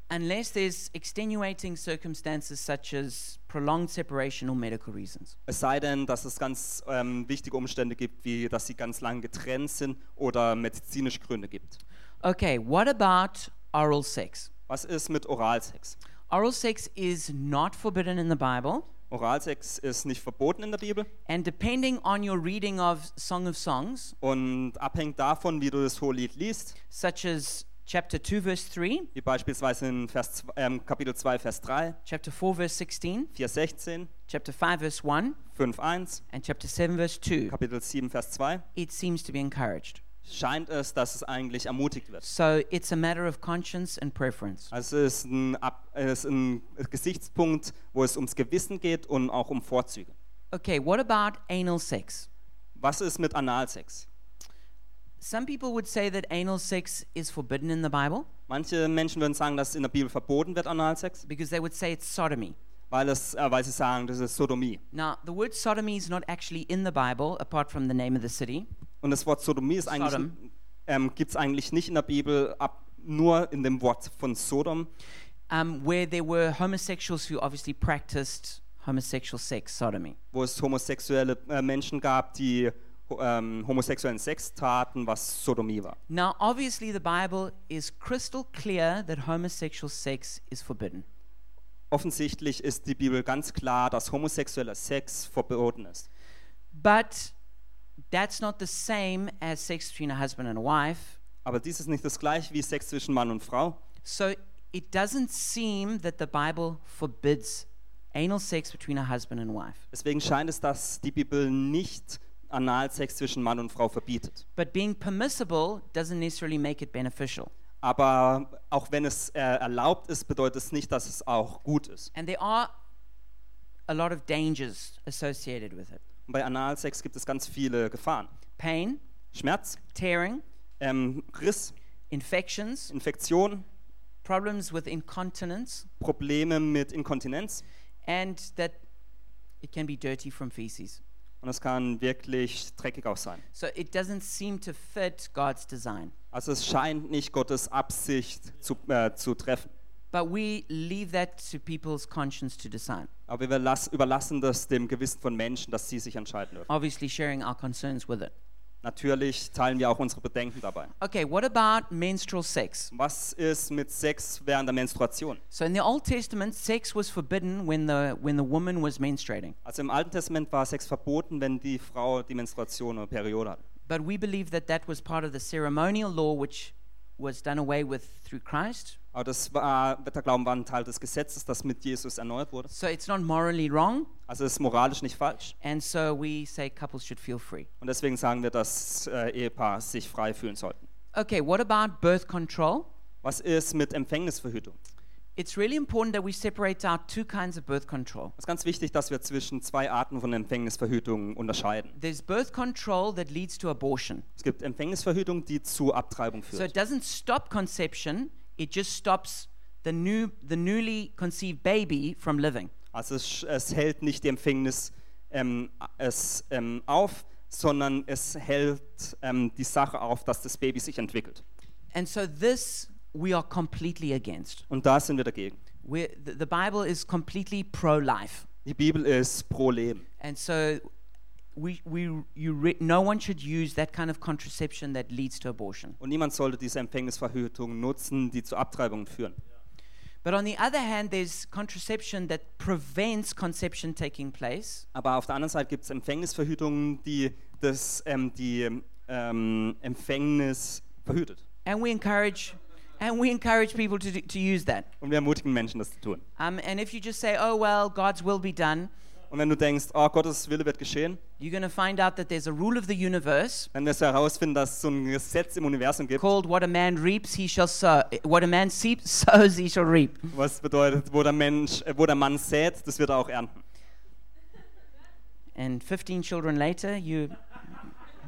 Speaker 1: unless there's extenuating circumstances such as prolonged separation or medical reasons.
Speaker 2: Es sei denn, dass es ganz ähm, wichtige Umstände gibt, wie dass sie ganz lange getrennt sind oder medizinische Gründe gibt.
Speaker 1: Okay, what about oral sex?
Speaker 2: Was ist mit Oralsex?
Speaker 1: Oral sex is not forbidden in the Bible,
Speaker 2: Oralsex ist nicht verboten in der Bibel
Speaker 1: and depending on your reading of Song of Songs,
Speaker 2: und abhängt davon, wie du das Hohelied liest,
Speaker 1: such as chapter 2, verse 3,
Speaker 2: wie beispielsweise in Vers, zw- ähm, Kapitel 2, Vers 3,
Speaker 1: chapter 4, verse 16,
Speaker 2: 4, 16,
Speaker 1: chapter 5, verse 1,
Speaker 2: 5, 1,
Speaker 1: and chapter 7, verse 2,
Speaker 2: Kapitel 7, Vers 2,
Speaker 1: it seems to be encouraged.
Speaker 2: scheint es, dass es eigentlich ermutigt wird.
Speaker 1: So it's a matter of conscience and preference.
Speaker 2: Also es ist ein, Ab es ist ein Gesichtspunkt, wo es ums Gewissen geht und auch um Vorzüge.
Speaker 1: Okay, what about anal sex?
Speaker 2: Was ist mit Analsex?
Speaker 1: Some people would say that anal sex is forbidden in the Bible
Speaker 2: Manche Menschen würden sagen, dass in der Bibel verboten wird Analsex,
Speaker 1: because they would say it's sodomy.
Speaker 2: weil, es, äh, weil sie sagen, das ist Sodomie.
Speaker 1: Now, the word sodomy is not actually in the Bible apart from the name of the city.
Speaker 2: Und das Wort Sodomie ist eigentlich,
Speaker 1: Sodom.
Speaker 2: ähm, gibt es eigentlich nicht in der Bibel, ab, nur in dem Wort von Sodom,
Speaker 1: um, where there were homosexuals who obviously practiced homosexual sex, sodomy.
Speaker 2: wo es homosexuelle äh, Menschen gab, die ho- ähm, homosexuellen Sex taten, was Sodomie war.
Speaker 1: Now, obviously, the Bible is crystal clear that homosexual sex is forbidden.
Speaker 2: Offensichtlich ist die Bibel ganz klar, dass homosexueller Sex verboten ist.
Speaker 1: But that's not the same as sex between a husband and a wife.
Speaker 2: Aber dies ist nicht das gleiche wie Sex zwischen Mann und Frau.
Speaker 1: So it doesn't seem that the Bible forbids anal sex between a husband and wife.
Speaker 2: Deswegen scheint es, dass die Bibel nicht Analsex zwischen Mann und Frau verbietet.
Speaker 1: But being permissible doesn't necessarily make it beneficial.
Speaker 2: Aber auch wenn es äh, erlaubt ist, bedeutet es nicht, dass es auch gut ist.
Speaker 1: And there are a lot of dangers associated with it
Speaker 2: Und bei Analsex gibt es ganz viele Gefahren.
Speaker 1: pain,
Speaker 2: Schmerz,
Speaker 1: tearing,
Speaker 2: ähm, Riss,
Speaker 1: infections,
Speaker 2: Infektion,
Speaker 1: problems with incontinence,
Speaker 2: Probleme mit Inkontinenz
Speaker 1: and that it can be dirty from feces.
Speaker 2: und es kann wirklich dreckig auch sein.
Speaker 1: So it doesn't seem to fit God's design.
Speaker 2: Also es scheint nicht Gottes Absicht zu, äh, zu treffen.
Speaker 1: But we leave that to people's conscience to decide.
Speaker 2: Aber wir verlass- überlassen das dem Gewissen von Menschen, dass sie sich entscheiden dürfen.
Speaker 1: Obviously, sharing our concerns with it.
Speaker 2: Natürlich teilen wir auch unsere Bedenken dabei.
Speaker 1: Okay, what about menstrual sex?
Speaker 2: Was ist mit Sex während der Menstruation?
Speaker 1: So in the Old Testament, sex was forbidden when the when the woman was menstruating.
Speaker 2: Also im Alten Testament war Sex verboten, wenn die Frau die Menstruation oder Periode hat.
Speaker 1: But we believe that that was part of the ceremonial law, which was done away with through Christ.
Speaker 2: Aber das war, der Glauben war ein Teil des Gesetzes, das mit Jesus erneuert wurde.
Speaker 1: So it's not morally wrong,
Speaker 2: Also es ist moralisch nicht falsch.
Speaker 1: and so we say couples should feel free.
Speaker 2: Und deswegen sagen wir, dass äh, Ehepaar sich frei fühlen sollten.
Speaker 1: Okay, what about birth control?
Speaker 2: Was ist mit Empfängnisverhütung?
Speaker 1: It's really important that we separate out two kinds of birth control.
Speaker 2: Es ist ganz wichtig, dass wir zwischen zwei Arten von Empfängnisverhütung unterscheiden.
Speaker 1: There's birth control that leads to abortion.
Speaker 2: Es gibt Empfängnisverhütung, die zu Abtreibung
Speaker 1: So it
Speaker 2: führt.
Speaker 1: doesn't stop conception, it just stops the new the newly conceived baby from living.
Speaker 2: Also es, sch- es hält nicht die Empfängnis ähm, es, ähm, auf, sondern es hält ähm, die Sache auf, dass das Baby sich entwickelt.
Speaker 1: And so this we are completely against.
Speaker 2: Und da sind wir dagegen.
Speaker 1: We're, the, the Bible is completely pro-life.
Speaker 2: Die Bibel ist pro Leben.
Speaker 1: And so we, we, you re, no one should use that kind of contraception that leads to abortion.
Speaker 2: Und niemand sollte diese Empfängnisverhütung nutzen, die zu Abtreibungen führen.
Speaker 1: But on the other hand, there's contraception that prevents conception taking place.
Speaker 2: Aber auf der anderen Seite gibt es Empfängnisverhütungen, die das, ähm, die ähm, Empfängnis verhütet.
Speaker 1: And we encourage, and we encourage people to, do, to use that.
Speaker 2: Und wir ermutigen Menschen, das zu tun.
Speaker 1: Um, and if you just say, oh, well, God's will be done,
Speaker 2: Und wenn du denkst, oh, Gottes Wille wird geschehen,
Speaker 1: you're going to find out that there's a rule of the universe
Speaker 2: dann wirst du herausfinden, dass es so ein Gesetz im Universum gibt,
Speaker 1: called what a man reaps, he shall sow. What a man seep, sows, he shall reap.
Speaker 2: was bedeutet, wo der Mensch, äh, wo der Mann sät, das wird er auch ernten.
Speaker 1: And 15 children later, you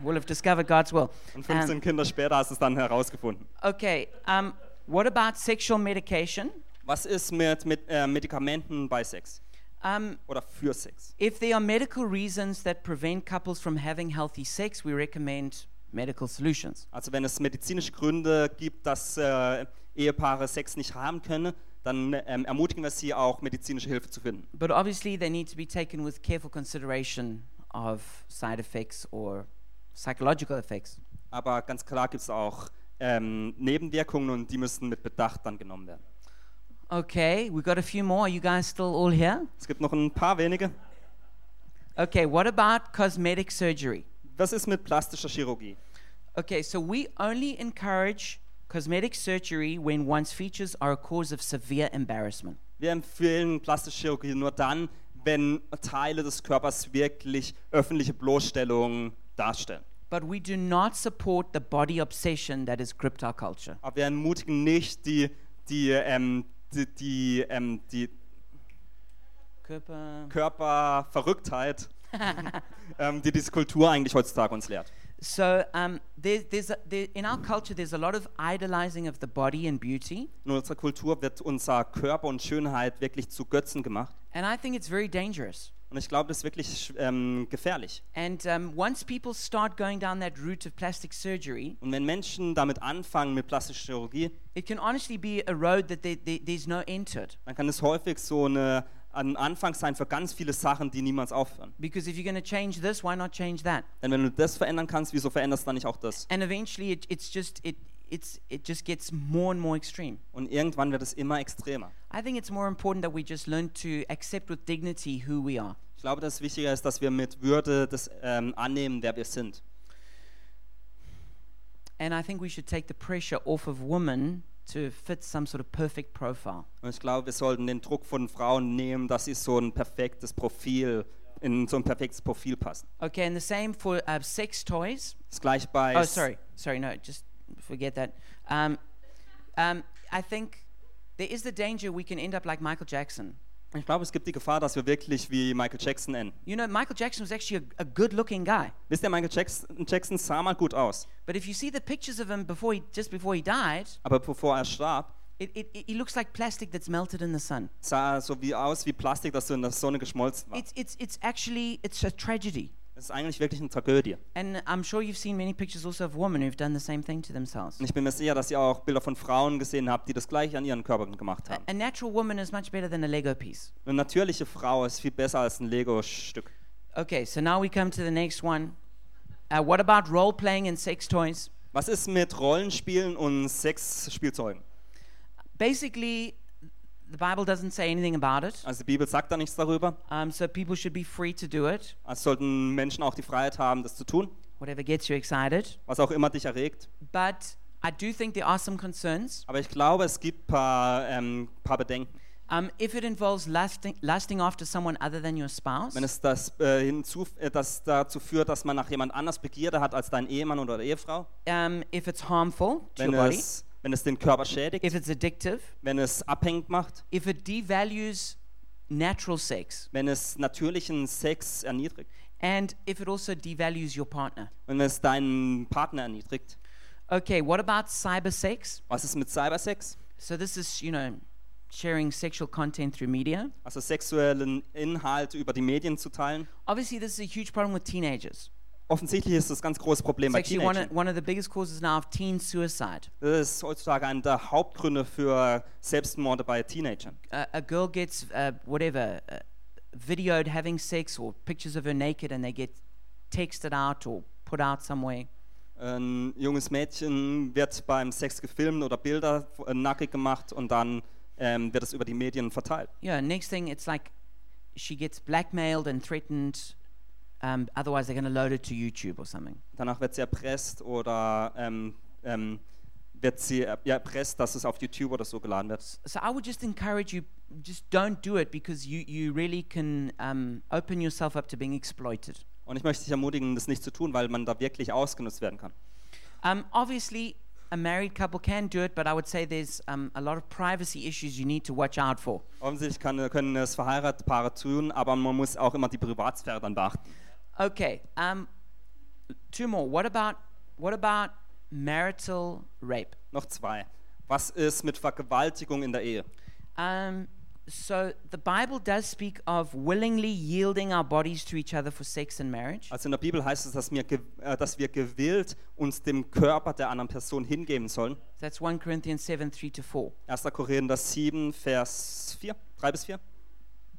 Speaker 1: will have discovered God's will.
Speaker 2: Und
Speaker 1: Um,
Speaker 2: 15 Kinder später hast du es dann herausgefunden.
Speaker 1: Okay. Um, what about sexual medication?
Speaker 2: Was ist mit, mit äh, Medikamenten bei Sex
Speaker 1: Um,
Speaker 2: oder für Sex?
Speaker 1: if there are medical reasons that prevent couples from having healthy sex, we recommend medical solutions.
Speaker 2: Also wenn es medizinische Gründe gibt, dass äh, Ehepaare Sex nicht haben können, dann ähm, ermutigen wir sie auch, medizinische Hilfe zu finden.
Speaker 1: But obviously, they need to be taken with careful consideration of side effects or psychological effects.
Speaker 2: Aber ganz klar gibt es auch ähm, Nebenwirkungen und die müssen mit Bedacht dann genommen werden.
Speaker 1: Okay, we got a few more. Are you guys still all here?
Speaker 2: Es gibt noch ein paar wenige.
Speaker 1: Okay, what about cosmetic surgery?
Speaker 2: Was ist mit plastischer Chirurgie?
Speaker 1: Okay, so we only encourage cosmetic surgery when one's features are a cause of severe embarrassment.
Speaker 2: Wir empfehlen plastische Chirurgie nur dann, wenn Teile des Körpers wirklich öffentliche Bloßstellungen darstellen.
Speaker 1: But we do not support the body obsession that has gripped our culture.
Speaker 2: Aber wir ermutigen nicht die, die, ähm, die, die, ähm, die
Speaker 1: Körper.
Speaker 2: Körperverrücktheit, ähm, die diese Kultur eigentlich heutzutage uns lehrt.
Speaker 1: So um, there, there's a, there, in our culture, there's a lot of idolizing of the body and beauty,
Speaker 2: In unserer Kultur wird unser Körper und Schönheit wirklich zu Götzen gemacht.
Speaker 1: and I think it's very dangerous.
Speaker 2: Und ich glaube, das ist wirklich ähm, gefährlich.
Speaker 1: And um, once people start going down that route of plastic surgery,
Speaker 2: Und wenn Menschen damit anfangen mit plastischer Chirurgie,
Speaker 1: it can honestly be a road that there, there, there's no end to it.
Speaker 2: dann kann es häufig so eine, ein Anfang sein für ganz viele Sachen, die niemals aufhören.
Speaker 1: Because if you're going to change this, why not change that?
Speaker 2: Denn wenn du das verändern kannst, wieso veränderst du dann nicht auch das?
Speaker 1: And eventually, it, it's just it, it's, it just gets more and more extreme.
Speaker 2: Und irgendwann wird es immer extremer.
Speaker 1: I think it's more important that we just learn to accept with dignity who we are.
Speaker 2: Ich glaube, das Wichtige ist, dass wir mit Würde das ähm, annehmen, wer wir sind.
Speaker 1: And I think we should take the pressure off of women to fit some sort of perfect profile.
Speaker 2: Und ich glaube, wir sollten den Druck von Frauen nehmen, dass sie so ein perfektes Profil, in so ein perfektes Profil passen.
Speaker 1: Okay, and the same for uh, sex toys.
Speaker 2: Das gleiche bei.
Speaker 1: Oh, sorry, sorry, no, just forget that. Um, um, I think there is the danger we can end up like Michael Jackson.
Speaker 2: Ich glaube, es gibt die Gefahr, dass wir wirklich wie Michael Jackson enden.
Speaker 1: You know, Michael Jackson was actually a, a good-looking guy,
Speaker 2: Wisst ihr, Michael Jackson, Jackson sah mal gut aus,
Speaker 1: but if you see the pictures of him before he, just before he died,
Speaker 2: aber bevor er starb,
Speaker 1: it, it, it he looks like plastic that's melted in the sun.
Speaker 2: sah er so wie aus wie Plastik, das so in der Sonne geschmolzen war.
Speaker 1: It's, it's, it's actually it's a tragedy.
Speaker 2: Das ist eigentlich wirklich eine Tragödie.
Speaker 1: And I'm sure you've seen many pictures also of women who've done the same thing to themselves.
Speaker 2: Und ich bin mir sicher, dass ihr auch Bilder von Frauen gesehen habt, die das gleiche an ihren Körpern gemacht haben.
Speaker 1: A natural woman is much better than a Lego piece.
Speaker 2: Eine natürliche Frau ist viel besser als ein Lego-Stück.
Speaker 1: Okay, so now we come to the next one. Uh, what about role playing and sex toys?
Speaker 2: Was ist mit Rollenspielen und Sexspielzeugen?
Speaker 1: Basically, the Bible doesn't say anything about it,
Speaker 2: Also die Bibel sagt da nichts darüber.
Speaker 1: um, so people should be free to do it,
Speaker 2: Also sollten Menschen auch die Freiheit haben, das zu tun,
Speaker 1: whatever gets you excited.
Speaker 2: was auch immer dich erregt.
Speaker 1: But I do think there are some concerns.
Speaker 2: Aber ich glaube, es gibt ein paar, ähm, paar Bedenken.
Speaker 1: Um, if it involves lusting, lusting after someone other than your spouse,
Speaker 2: Wenn es das, äh, hinzu, äh, das dazu führt, dass man nach jemand anders Begierde hat als dein Ehemann oder Ehefrau,
Speaker 1: um, if it's harmful to
Speaker 2: wenn
Speaker 1: your body,
Speaker 2: es, wenn es den Körper schädigt,
Speaker 1: if it's addictive,
Speaker 2: wenn es abhängig macht,
Speaker 1: if it devalues natural sex,
Speaker 2: wenn es natürlichen Sex erniedrigt,
Speaker 1: and if it also devalues your partner.
Speaker 2: wenn es deinen Partner erniedrigt.
Speaker 1: Okay, what about cyber sex?
Speaker 2: Was ist mit Cybersex?
Speaker 1: So this is, you know, sharing sexual content through media.
Speaker 2: Also sexuellen Inhalt über die Medien zu teilen.
Speaker 1: Obviously, this is a huge problem with teenagers.
Speaker 2: Offensichtlich ist das ein ganz großes Problem
Speaker 1: It's
Speaker 2: bei
Speaker 1: actually one
Speaker 2: Teenagern.
Speaker 1: of, one of the biggest causes now of teen suicide.
Speaker 2: Das ist heutzutage einer der Hauptgründe für Selbstmorde bei Teenagern.
Speaker 1: Uh, a girl gets uh, whatever uh, videoed having sex or pictures of her naked, and they get texted out or put out somewhere.
Speaker 2: Ein junges Mädchen wird beim Sex gefilmt oder Bilder äh, nackig gemacht und dann ähm, wird es über die Medien verteilt.
Speaker 1: Yeah. Next thing, it's like she gets blackmailed and threatened. Um, otherwise, they're going to load it to YouTube or something.
Speaker 2: Danach wird sie erpresst oder ähm, ähm, wird sie er- ja, erpresst, dass es auf YouTube oder so geladen wird.
Speaker 1: So I would just encourage you, just don't do it because you you really can um, open yourself up to being exploited.
Speaker 2: Und ich möchte dich ermutigen, das nicht zu tun, weil man da wirklich ausgenutzt werden kann.
Speaker 1: Um, obviously, a married couple can do it, but I would say there's um, a lot of privacy issues you need to watch out for.
Speaker 2: Offensichtlich kann, können es verheiratete Paare tun, aber man muss auch immer die Privatsphäre dann beachten.
Speaker 1: Okay. Um, two more. What about what about marital rape?
Speaker 2: Noch zwei. Was ist mit Vergewaltigung in der Ehe?
Speaker 1: Um, so the Bible does speak of willingly yielding our bodies to each other for sex and marriage.
Speaker 2: Also in der Bibel heißt es, dass wir, ge- äh, dass wir gewillt uns dem Körper der anderen Person hingeben sollen.
Speaker 1: That's 1 Corinthians 7 3 to 4.
Speaker 2: 1. Korinther 7, Vers 4, 3 bis 4.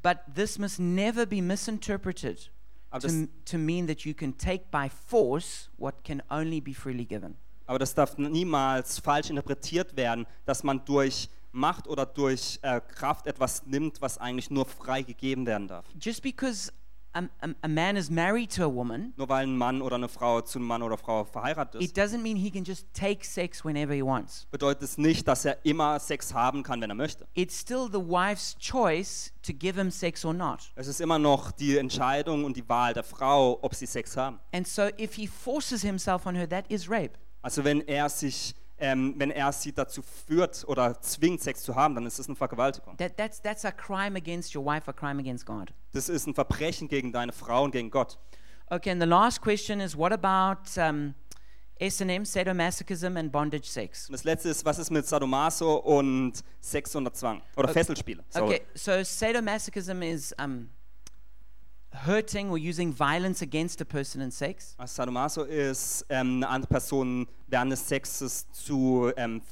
Speaker 1: But this must never be misinterpreted
Speaker 2: Aber das,
Speaker 1: to, to mean that you can take by force what can only be freely given.
Speaker 2: aber das darf niemals falsch interpretiert werden, dass man durch Macht oder durch äh, Kraft etwas nimmt, was eigentlich nur frei gegeben werden darf.
Speaker 1: Just because a, a, a man is married to a woman,
Speaker 2: Nur weil ein Mann oder eine Frau zu einem Mann oder Frau verheiratet
Speaker 1: it
Speaker 2: ist,
Speaker 1: doesn't mean he can just take sex whenever he wants.
Speaker 2: bedeutet es nicht, dass er immer Sex haben kann, wenn er möchte.
Speaker 1: it's still the wife's choice to give him sex or not.
Speaker 2: Es ist immer noch die Entscheidung und die Wahl der Frau, ob sie Sex haben.
Speaker 1: And so if he forces himself on her, that is rape.
Speaker 2: Also wenn er sich, ähm, wenn er sie dazu führt oder zwingt, Sex zu haben, dann ist das eine Vergewaltigung.
Speaker 1: That, that's, that's a crime against your wife, a crime against God.
Speaker 2: Das ist ein Verbrechen gegen deine Frau und gegen Gott.
Speaker 1: Okay, and the last question is what about um, S&M, sadomasochism, and bondage sex?
Speaker 2: Und das letzte ist, was ist mit Sadomaso und Sex unter Zwang oder Fesselspiele? Sorry.
Speaker 1: Okay, so sadomasochism is um, hurting or using violence against a person in sex.
Speaker 2: Also Sadomaso ist, ähm, eine andere Person während des Sexes zu, ähm,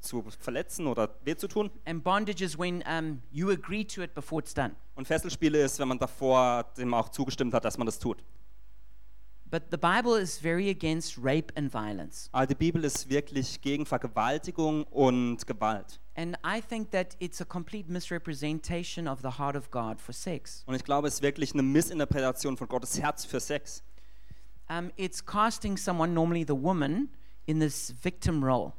Speaker 2: zu verletzen oder weh zu tun.
Speaker 1: And bondage is when um, you agree to it before it's done.
Speaker 2: Und Fesselspiele ist, wenn man davor dem auch zugestimmt hat, dass man das tut.
Speaker 1: But the Bible is very against rape and violence.
Speaker 2: Aber Also die Bibel ist wirklich gegen Vergewaltigung und Gewalt.
Speaker 1: And I think that it's a complete misrepresentation of the heart of God for sex.
Speaker 2: Und ich glaube, es ist wirklich eine Missinterpretation von Gottes Herz für Sex.
Speaker 1: Um, it's casting someone, normally the woman, in this victim role.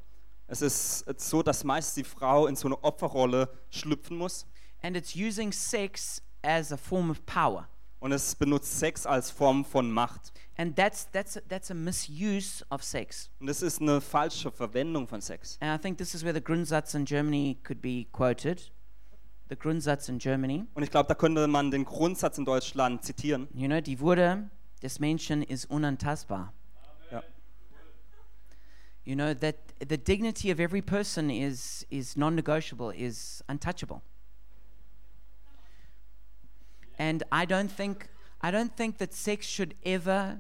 Speaker 2: Es ist so, dass meist die Frau in so eine Opferrolle schlüpfen muss
Speaker 1: And it's using sex as a form of power.
Speaker 2: und es benutzt Sex als Form von Macht.
Speaker 1: And that's, that's, that's a misuse of sex.
Speaker 2: Und das ist eine falsche Verwendung von Sex.
Speaker 1: And I think this is where the Grundsatz in Germany could be quoted. The Grundsatz in Germany.
Speaker 2: Und ich glaube, da könnte man den Grundsatz in Deutschland zitieren.
Speaker 1: You know, die Würde des Menschen ist unantastbar.
Speaker 2: Ja.
Speaker 1: You know that the dignity of every person is is non-negotiable, is untouchable. And I don't think I don't think that sex should ever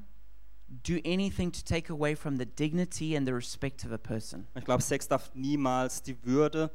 Speaker 1: do anything to take away from the dignity and the respect of a person.
Speaker 2: Ich glaube, Sex darf niemals die Würde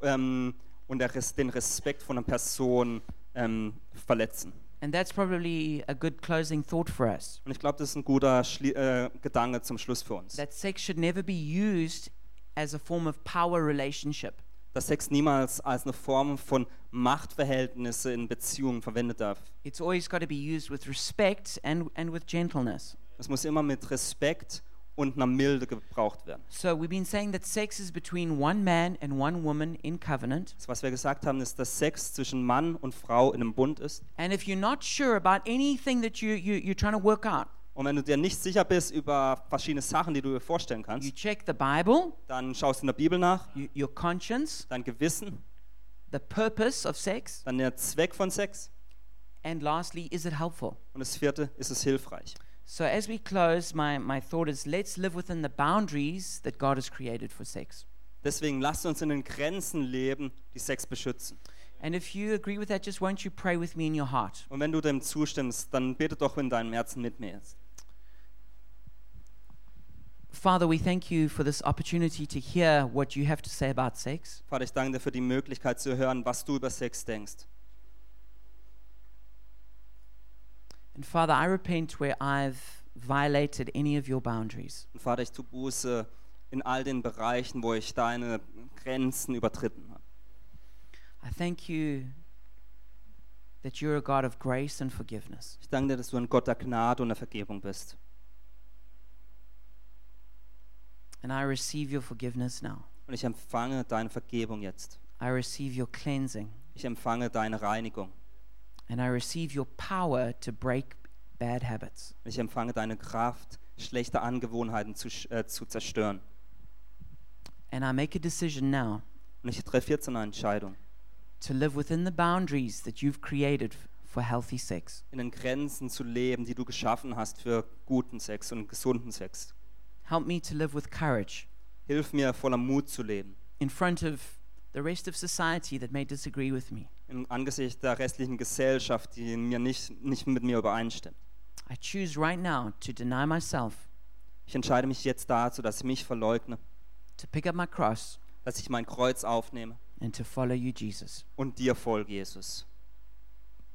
Speaker 2: ähm, und der Res den Respekt von einer Person ähm, verletzen.
Speaker 1: And that's probably a good closing thought for us.
Speaker 2: Und ich glaube, das ist ein guter Schli äh, Gedanke zum Schluss für uns.
Speaker 1: That sex should never be used as a form of power relationship.
Speaker 2: Dass Sex niemals als eine Form von Machtverhältnisse in Beziehungen verwendet darf.
Speaker 1: It's always got to be used with respect and, and with gentleness.
Speaker 2: Es muss immer mit Respekt und einer Milde gebraucht werden.
Speaker 1: So we've been saying that sex is between one man and one woman in covenant.
Speaker 2: Das, was wir gesagt haben, ist, dass Sex zwischen Mann und Frau in einem Bund ist.
Speaker 1: And if you're not sure about anything that you, you, you're trying to work out,
Speaker 2: Und wenn du dir nicht sicher bist über verschiedene Sachen, die du dir vorstellen
Speaker 1: you
Speaker 2: kannst,
Speaker 1: check the Bible,
Speaker 2: dann schaust du in der Bibel nach,
Speaker 1: you, your conscience,
Speaker 2: dein Gewissen,
Speaker 1: the purpose of sex,
Speaker 2: dann der Zweck von Sex
Speaker 1: and lastly, is it helpful?
Speaker 2: und das vierte ist es hilfreich.
Speaker 1: So as we close, my, my thought is let's live within the boundaries that God has created for sex.
Speaker 2: Deswegen lasst uns in den Grenzen leben, die Sex beschützen.
Speaker 1: And if you agree with that, just won't you pray with me in your heart?
Speaker 2: Und wenn du dem zustimmst, dann bete doch in deinem Herzen mit mir jetzt.
Speaker 1: Father, we thank you for this opportunity to hear what you have to say about sex.
Speaker 2: Vater, ich danke dir für die Möglichkeit zu hören, was du über Sex denkst.
Speaker 1: And Father, I repent where I've violated any of your boundaries.
Speaker 2: Und Vater, ich tue Buße in all den Bereichen, wo ich deine Grenzen übertritten habe.
Speaker 1: I thank you that you're a God of grace and forgiveness.
Speaker 2: Ich danke dir, dass du ein Gott der Gnade und der Vergebung bist.
Speaker 1: And I receive your forgiveness now.
Speaker 2: Und ich empfange deine Vergebung jetzt.
Speaker 1: I receive your cleansing.
Speaker 2: Ich empfange deine Reinigung.
Speaker 1: And I receive your power to break bad habits.
Speaker 2: Ich empfange deine Kraft, schlechte Angewohnheiten zu, sch- äh, zu zerstören.
Speaker 1: And I make a decision now
Speaker 2: Und ich treffe jetzt eine Entscheidung.
Speaker 1: to live within the boundaries that you've created f- for healthy sex.
Speaker 2: in den Grenzen zu leben, die du geschaffen hast für guten Sex und gesunden Sex.
Speaker 1: Help me to live with courage
Speaker 2: Hilf mir, voller Mut zu leben,
Speaker 1: in front of the rest of society that may disagree with me.
Speaker 2: im Angesicht der restlichen Gesellschaft, die in mir nicht, nicht mit mir übereinstimmt.
Speaker 1: I choose right now to deny myself,
Speaker 2: Ich entscheide mich jetzt dazu, dass ich mich verleugne,
Speaker 1: to pick up my cross,
Speaker 2: dass ich mein Kreuz aufnehme
Speaker 1: and to follow you, Jesus.
Speaker 2: und dir folge, Jesus.